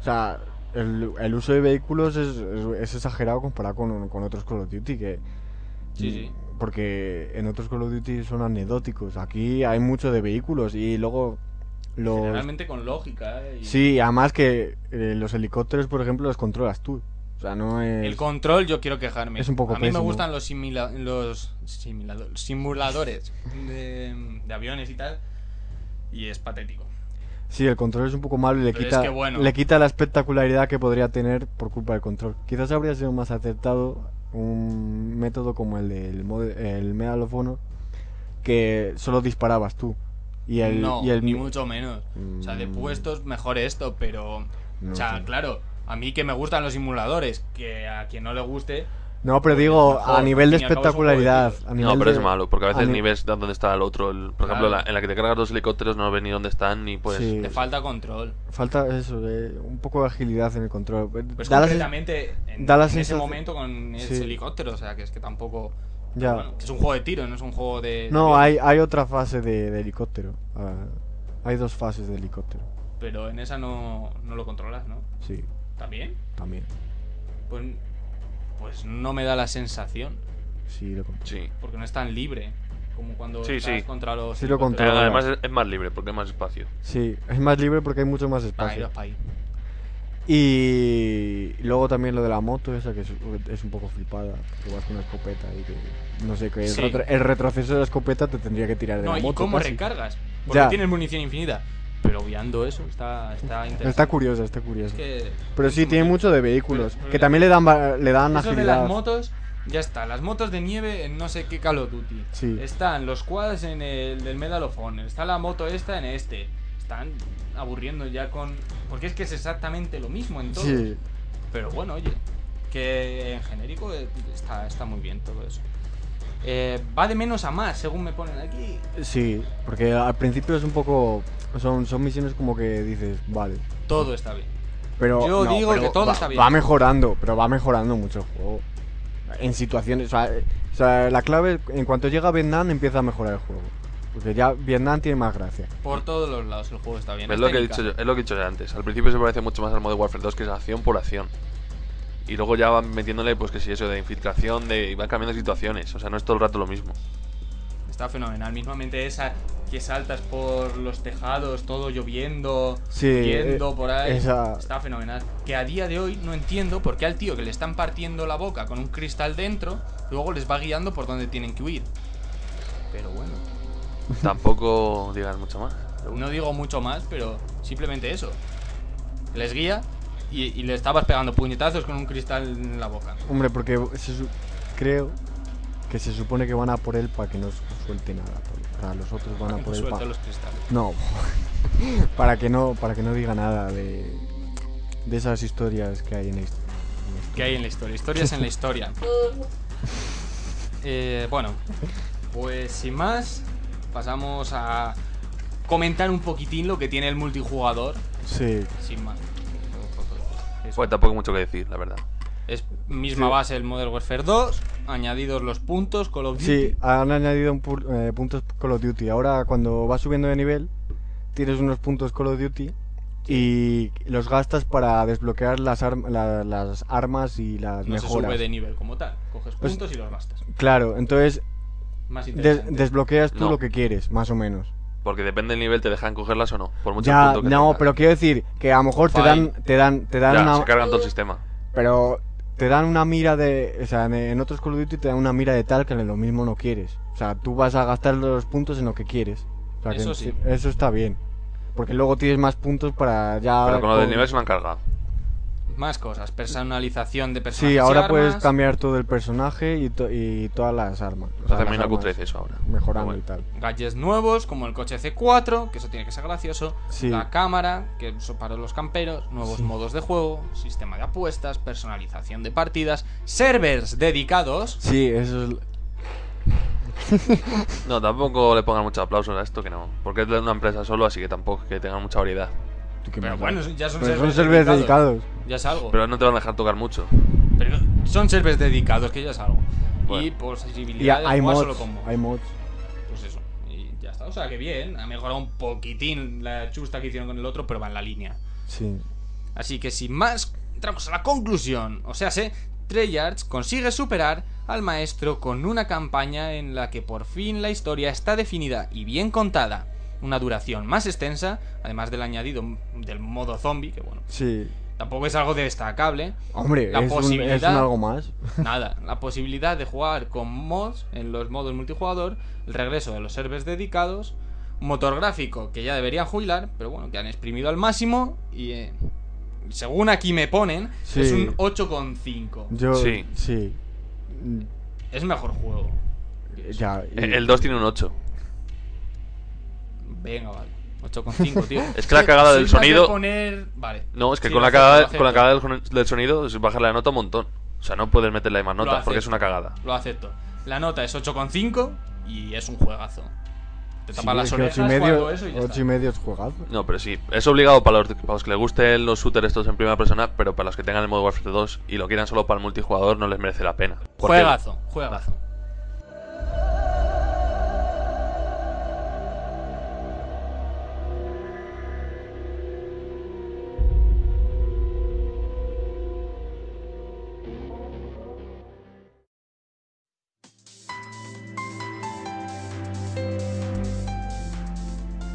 D: O sea, el, el uso de vehículos es, es- es exagerado comparado con, con otros Call of Duty que...
B: Sí, sí.
D: Porque en otros Call of Duty son anecdóticos. Aquí hay mucho de vehículos y luego los...
B: Generalmente con lógica. ¿eh? Y-
D: Pues Sí, además que eh, los helicópteros, por ejemplo, los controlas tú. O sea, no es...
B: El control yo quiero quejarme.
D: Es un poco
B: A mí
D: pésimo.
B: me gustan los, simila- los similado- simuladores de, de aviones y tal. Y es patético.
D: Sí, el control es un poco malo y le
B: Pero es
D: quita,
B: que bueno.
D: le quita la espectacularidad que podría tener por culpa del control. Quizás habría sido más acertado un método como el del mod- el Medal of Honor, que solo disparabas tú. Y el,
B: no,
D: y el-
B: ni mucho menos. O sea, de
D: Mm.
B: puestos mejor esto, pero...
D: No
B: o sea,
D: sé.
B: claro, a mí que me gustan los simuladores, que a quien no le guste...
D: No, pero digo,
B: mejor,
D: a nivel de
B: al fin y al cabo es un juego de
D: espectacularidad.
B: tiros.
D: a
C: No,
D: nivel
C: pero
D: de-
C: es malo, porque a
D: a
C: veces
D: ni-
C: ni ves dónde está el otro. el- por ejemplo,
B: Claro.
C: la- en la que te cargas dos helicópteros no ves ni dónde están ni pues, puedes...
D: Sí.
B: Te falta control.
D: Falta eso, de un poco de agilidad en el control.
B: Pues
D: Da la sen-
B: concretamente en,
D: da la
B: en ese
D: sensación-
B: momento con ese
D: Sí.
B: helicóptero, o sea, que es que tampoco...
D: Ya.
B: Bueno, que es un juego de tiro, no es un juego de...
D: No, hay, hay otra fase de, de helicóptero. Ah, hay dos fases de helicóptero.
B: Pero en esa no, no lo controlas, ¿no?
D: Sí,
B: ¿También?
D: también.
B: Pues, pues no me da la sensación,
D: Sí, lo compré.
C: Sí.
B: porque no es tan libre como cuando
C: Sí,
B: estás
C: sí.
B: contra los.
D: Sí, lo
B: helicópteros.
D: controla.
C: Además es, es más libre porque hay más espacio.
D: Sí, es más libre porque hay mucho más
B: Ah, ahí
D: espacio.
B: vas pa' ahí.
D: Y luego también lo de la moto, esa que es, es un poco flipada, que vas con una escopeta y que no sé qué. El,
B: Sí.
D: retro- el retroceso de la escopeta te tendría que tirar de
B: No,
D: la
B: ¿y
D: moto.
B: cómo
D: casi.
B: recargas? Porque
D: Ya.
B: tienes munición infinita. Pero obviando eso, está, está interesante.
D: Está curiosa, está
B: Es
D: curiosa.
B: que-
D: Pero sí, tiene mucho de vehículos,
B: Pero- pero
D: que
B: la-
D: también le dan, va- le dan
B: Eso de las
D: agilidad.
B: motos, ya está. Las motos de nieve en no sé qué Call of Duty.
D: Sí.
B: Están los quads en el del Medal of Honor. Está la moto esta en este. Están aburriendo ya con. Porque es que es exactamente lo mismo en todo.
D: Sí,
B: Pero bueno, oye, que en genérico eh, está, está muy bien todo eso. Eh, va de menos a más, según me ponen aquí.
D: sí, porque al principio es un poco... Son, son misiones como que dices, vale.
B: Todo está bien.
D: Pero
B: Yo
D: no,
B: digo
D: pero
B: que todo
D: va,
B: está bien.
D: Va mejorando, pero va mejorando mucho el juego. En situaciones. O sea, eh, o sea, la clave, en cuanto llega a Vietnam, empieza a mejorar el juego. Porque ya Vietnam tiene más gracia.
B: Por todos los lados el juego está bien.
C: Es
B: Es
C: lo, que he
B: técnica.
C: dicho yo- es lo que he dicho yo antes. Al principio se parece mucho más al modo Warfare 2, que es acción por acción. Y luego ya van metiéndole, pues que si eso, de infiltración, de... y van cambiando situaciones. O sea, no es todo el rato lo mismo.
B: Está fenomenal. Mismamente esa que saltas por los tejados, todo lloviendo,
D: Sí,
B: yendo
D: eh,
B: por ahí.
D: esa-
B: Está fenomenal. Que a día de hoy no entiendo por qué al tío que le están partiendo la boca con un cristal dentro, luego les va guiando por donde tienen que huir. Pero bueno.
C: Tampoco digas mucho más. Pero bueno.
B: No digo mucho más, pero simplemente eso. Les guía y, y le estabas pegando puñetazos con un cristal en la boca.
D: Hombre, porque se su- creo que se supone que van a por él para que no su- suelte nada. Para los otros van a
B: Que no
D: por él
B: suelte
D: para.
B: los cristales.
D: No, para que no para que no diga nada de, de esas historias que hay en esto.
B: que hay en la historia. Historias en la historia. Eh, bueno, pues sin más, pasamos a comentar un poquitín lo que tiene el multijugador.
D: Sí,
B: Sin más. Eso.
C: Pues tampoco mucho que decir, la verdad.
B: Es misma
D: Sí.
B: base el Modern Warfare 2, añadidos los puntos, Call of Duty.
D: sí, ah, han añadido un pu- eh, puntos Call of Duty. Ahora cuando vas subiendo de nivel, tienes unos puntos Call of Duty y los gastas para desbloquear las, arm- la- las armas y las
B: no se
D: mejoras.
B: sube de nivel como tal. Coges
D: Pues-
B: puntos y los gastas.
D: Claro, entonces
B: Más
D: des-
B: interesante.
D: desbloqueas tú
C: No.
D: lo que quieres, más o menos.
C: Porque depende del nivel, te dejan cogerlas o no. Por mucho
D: Ya,
C: punto que
D: no,
C: tengas.
D: pero quiero decir que a lo mejor te
B: Fine.
D: dan, te dan, te dan
C: Ya,
D: una,
C: se cargan todo el sistema.
D: pero te dan una mira de, o sea, en, en otros Call of Duty te dan una mira de tal que en lo mismo no quieres. O sea, tú vas a gastar los puntos en lo que quieres. O sea, que
B: Eso sí.
D: Eso está bien. Porque luego tienes más puntos para ya.
C: Pero con lo del
D: con-
C: nivel se lo han cargado.
B: Más cosas, personalización de personajes.
D: Sí, ahora
B: y
D: puedes
B: armas.
D: cambiar todo el personaje y, to- y todas las armas. O
C: Está
D: sea, las
C: también una
D: armas
C: Q13 eso ahora.
D: Mejorando
C: Pero bueno.
D: y tal.
B: Gadgets nuevos, como el coche C4, que eso tiene que ser gracioso.
D: Sí.
B: La cámara, que eso para los camperos. Nuevos
D: Sí.
B: modos de juego, sistema de apuestas, personalización de partidas, servers dedicados.
D: Sí, eso es.
C: No, tampoco le pongan muchos aplausos a esto, que no. Porque es de una empresa solo, así que tampoco es que tengan mucha variedad.
D: ¿Tú qué
B: Pero
D: más
B: bueno,
D: da?
B: ya son
D: Pero
B: servers,
D: servers
B: dedicados.
D: dedicados.
B: Ya es algo.
C: Pero no te van a dejar tocar mucho.
B: Pero son servers dedicados, que ya es algo.
C: Bueno.
B: Y
D: Y
B: posibilidades de
D: hay
B: jugar
D: mods.
B: solo con mods.
D: Hay mods.
B: Pues eso. Y ya está. O sea, que bien. Ha mejorado un poquitín la chusta que hicieron con el otro, pero va en la línea.
D: Sí.
B: Así que sin más, entramos a la conclusión. O sea, se Treyarch consigue superar al maestro con una campaña en la que por fin la historia está definida y bien contada. Una duración más extensa, además del añadido del modo zombie, que bueno,
D: Sí.
B: tampoco es algo destacable.
D: Hombre,
B: La
D: es, un- es un,
B: posibilidad-
D: algo más.
B: Nada, la posibilidad de jugar con mods en los modos multijugador, el regreso de los servers dedicados, un motor gráfico que ya deberían jubilar, pero bueno, que han exprimido al máximo y eh, según aquí me ponen,
D: Sí.
B: es un 8,5.
D: Yo.
C: Sí.
D: Sí. Mm,
B: Es mejor juego.
D: Ya. y-
C: El 2 tiene un 8.
B: Venga, vale. 8,5, tío.
C: Es que la cagada del
B: Soy más de
C: sonido-
B: poner- Vale.
C: No, es que
B: Sí,
C: con,
B: lo
C: la
B: acepto,
C: cagada,
B: lo
C: con la
B: acepto.
C: cagada del, jon- del sonido, es bajarle la nota un montón. O sea, no puedes meterle más
B: Lo
C: notas porque es
B: acepto.
C: una cagada.
B: Lo acepto. La nota es 8,5 y es un juegazo. Te
D: sí,
B: tapas las
D: es que
B: orejas
D: ocho y medio,
B: jugando eso y ya
D: ocho
B: está.
D: y medio es juegazo.
C: No, pero sí, es obligado para los, para los que les gusten los shooters estos en primera persona, pero para los que tengan el modo Warfare 2 y lo quieran solo para el multijugador, no les merece la pena. Porque-
B: Juegazo, juegazo.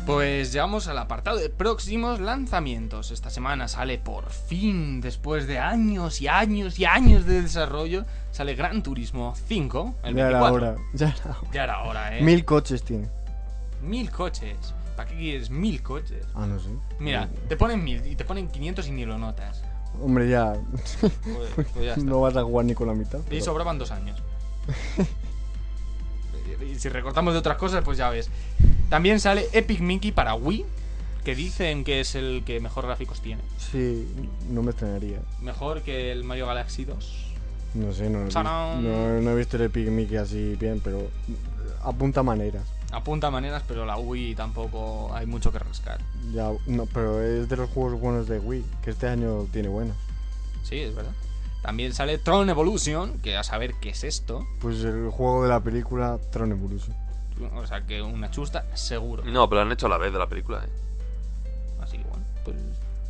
B: Pues llegamos al apartado de próximos lanzamientos. Esta semana sale por fin, después de años y años y años de desarrollo, sale Gran Turismo 5, el
D: ya era
B: 24.
D: hora. Ya era hora.
B: Ya era hora, eh.
D: Mil coches tiene.
B: Mil coches. ¿Para qué quieres mil coches?
D: Ah, no sé.
B: Mira, te ponen mil y te ponen 500 y ni lo notas.
D: Hombre, ya.
B: Pues, pues ya está.
D: no vas a jugar ni con la mitad.
B: Y
D: pero-
B: sobraban dos años. y si recortamos de otras cosas, pues ya ves. También sale Epic Mickey para Wii, que dicen que es el que mejor gráficos tiene.
D: Sí, no me extrañaría.
B: Mejor que el Mario Galaxy 2.
D: No sé, no, he vis-
B: Sarán.
D: no, no he visto el Epic Mickey así bien, pero eh, apunta maneras.
B: Apunta maneras, pero la Wii tampoco hay mucho que rascar.
D: Ya, no, pero es de los juegos buenos de Wii, que este año tiene buenos.
B: Sí, es verdad. También sale Tron Evolution, que a saber qué es esto.
D: Pues el juego de la película Tron Evolution.
B: O sea, que una chusta, seguro.
C: No, pero lo han hecho a la vez de la película, eh.
B: Así que bueno, pues.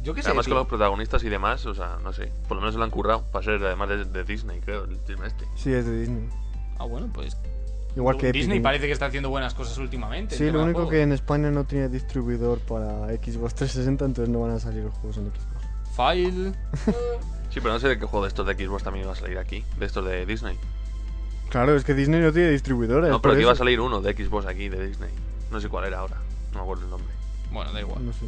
B: Yo qué sé.
C: Además
B: tío.
C: con los protagonistas y demás, o sea, no sé. Por lo menos se lo han currado. Para ser además de, de Disney, creo, el tema este.
D: Sí, es de Disney.
B: Ah, bueno, pues.
D: Igual que
B: Disney
D: Epic Mickey.
B: parece que está haciendo buenas cosas últimamente.
D: Sí,
B: el tema
D: lo
B: de
D: único que
B: juegos.
D: en España no tiene distribuidor para Xbox 360, entonces no van a salir los juegos en Xbox.
B: File.
C: Sí, pero no sé de qué juego de estos de Xbox también iba a salir aquí. De estos de Disney.
D: Claro, es que Disney no tiene distribuidora.
C: No,
D: es
C: pero
D: Eh, por
C: que iba a
D: eso.
C: salir uno de Xbox aquí, de Disney. No sé cuál era ahora. No me acuerdo el nombre.
B: Bueno, da igual.
D: No sé.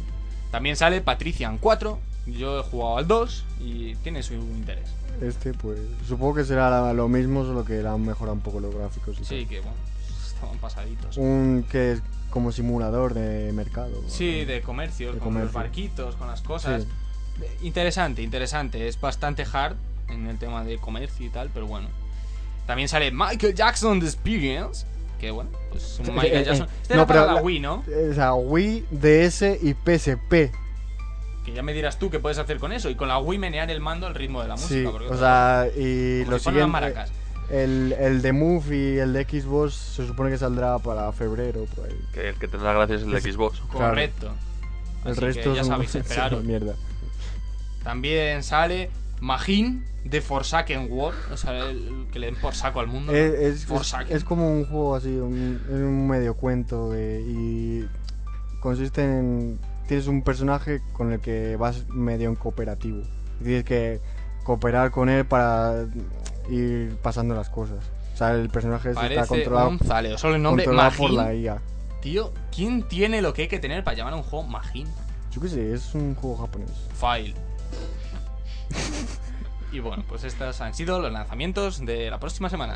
B: También sale Patrician 4. Yo he jugado al 2 y tiene su interés.
D: Este, pues, supongo que será la- lo mismo, solo que la han mejorado un poco los gráficos. Y
B: Sí,
D: tal.
B: que bueno, pues, estaban pasaditos.
D: Un que es como simulador de mercado.
B: Sí, de comercios,
D: De
B: con los
D: comercio.
B: barquitos, con las cosas.
D: Sí.
B: Eh, Interesante, interesante. Es bastante hard en el tema de comercio y tal, pero bueno. También sale Michael Jackson The Experience. Que bueno, pues un
D: Eh,
B: Michael
D: eh,
B: Jackson.
D: eh,
B: Este
D: no,
B: era para
D: pero
B: la
D: la-
B: Wii, ¿no?
D: O sea, Wii, DS y PSP.
B: Que ya me dirás tú qué puedes hacer con eso. Y con la Wii menear el mando al ritmo de la música.
D: Sí,
B: porque
D: o sea, y
B: como
D: lo
B: si fueran las
D: siguiente.
B: maracas.
D: El, el de Move y el de Xbox se supone que saldrá para febrero. pues. por ahí.
C: Que el que tendrá gracias es el de Xbox.
D: claro.
B: Correcto.
D: El
B: Así que
D: resto
B: ya
D: es un-
B: sabéis,
D: es una
B: esperaros.
D: mierda.
B: También sale Majin de Forsaken World. O sea, el que le den por saco al mundo. ¿no?
D: Es, es- es-
B: Forsaken.
D: es como un juego así, un, es un medio cuento de- y consiste en... Tienes un personaje con el que vas medio en cooperativo. Y tienes que cooperar con él para ir pasando las cosas. O sea, el personaje ese está
B: Parece
D: controlado,
B: un zaleo. Solo el nombre
D: controlado por
B: Majin.
D: la IA.
B: Tío, ¿quién tiene lo que hay que tener para llamar a un juego Majin?
D: Yo qué sé, es un juego japonés.
B: File. y bueno, pues estos han sido los lanzamientos de la próxima semana.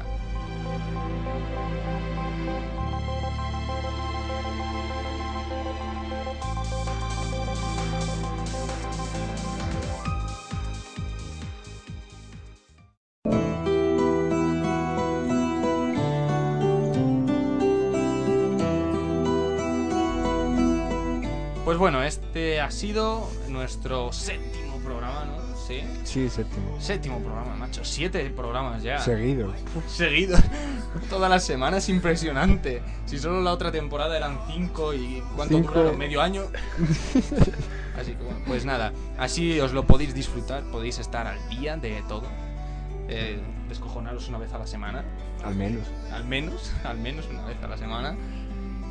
B: Pues bueno, este ha sido nuestro séptimo programa, ¿no? Sí.
D: Sí, séptimo.
B: Séptimo programa, macho. Siete programas ya.
D: Seguido.
B: Seguidos. Todas las semanas, impresionante. Si solo la otra temporada eran cinco y cuánto
D: Cinco.
B: duraron, medio año. Así que bueno, pues nada. Así os lo podéis disfrutar, podéis estar al día de todo. Eh, descojonaros una vez a la semana.
D: Al menos.
B: Al menos, al menos una vez a la semana.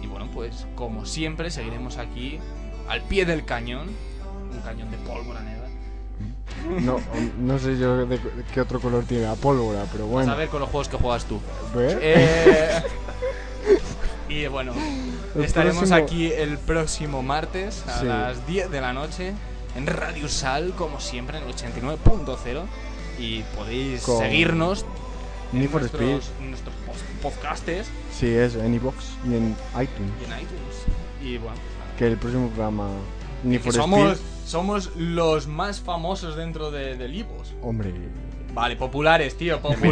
B: Y bueno, pues como siempre seguiremos aquí al pie del cañón. Un cañón de pólvora negra.
D: No, no sé yo de qué otro color tiene la pólvora, pero bueno.
B: A ver con los juegos que juegas tú.
D: ¿Ve?
B: Eh, y bueno,
D: El
B: estaremos
D: próximo-
B: aquí el próximo martes a
D: Sí.
B: las 10 de la noche en Radio Sal, como siempre, en el 89.0. Y podéis
D: Con
B: seguirnos
D: Need
B: en
D: for
B: nuestros,
D: Speed.
B: en nuestros pos- podcastes
D: Sí, es en iBox y en iTunes.
B: y en iTunes. Y bueno, pues nada.
D: Que el próximo programa. Ni
B: Que
D: for
B: somos,
D: Speed.
B: somos los más famosos dentro de, de Libos.
D: Hombre,
B: Vale, populares, tío,
C: En
B: populares.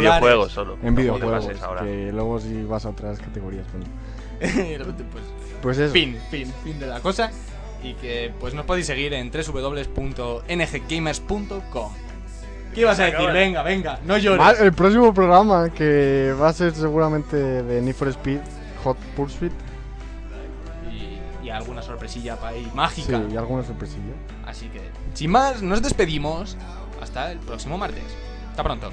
C: videojuegos solo.
D: en
C: No te
D: videojuegos.
C: pases ahora.
D: Que luego si vas a otras categorías. bueno.
B: pues,
D: Pues eso.
B: Fin, fin, fin de la cosa. Y que pues nos podéis seguir en www.nggamers.com. ¿Qué ibas a decir? Venga, venga, no llores.
D: Ah, el próximo programa que va a ser seguramente de Need for Speed Hot Pursuit.
B: Y, y alguna sorpresilla para ahí
D: eh. Sí,
B: mágica.
D: y alguna sorpresilla.
B: Así que, sin más, nos despedimos. Hasta el próximo martes. Hasta pronto.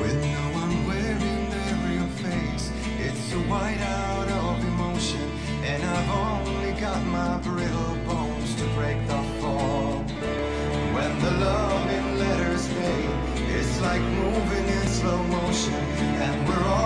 G: With no one wearing their real face, it's a whiteout of emotion, and I've only got my brittle bones to break the fall. When the love in letters fade, it's like moving in slow motion, and we're all.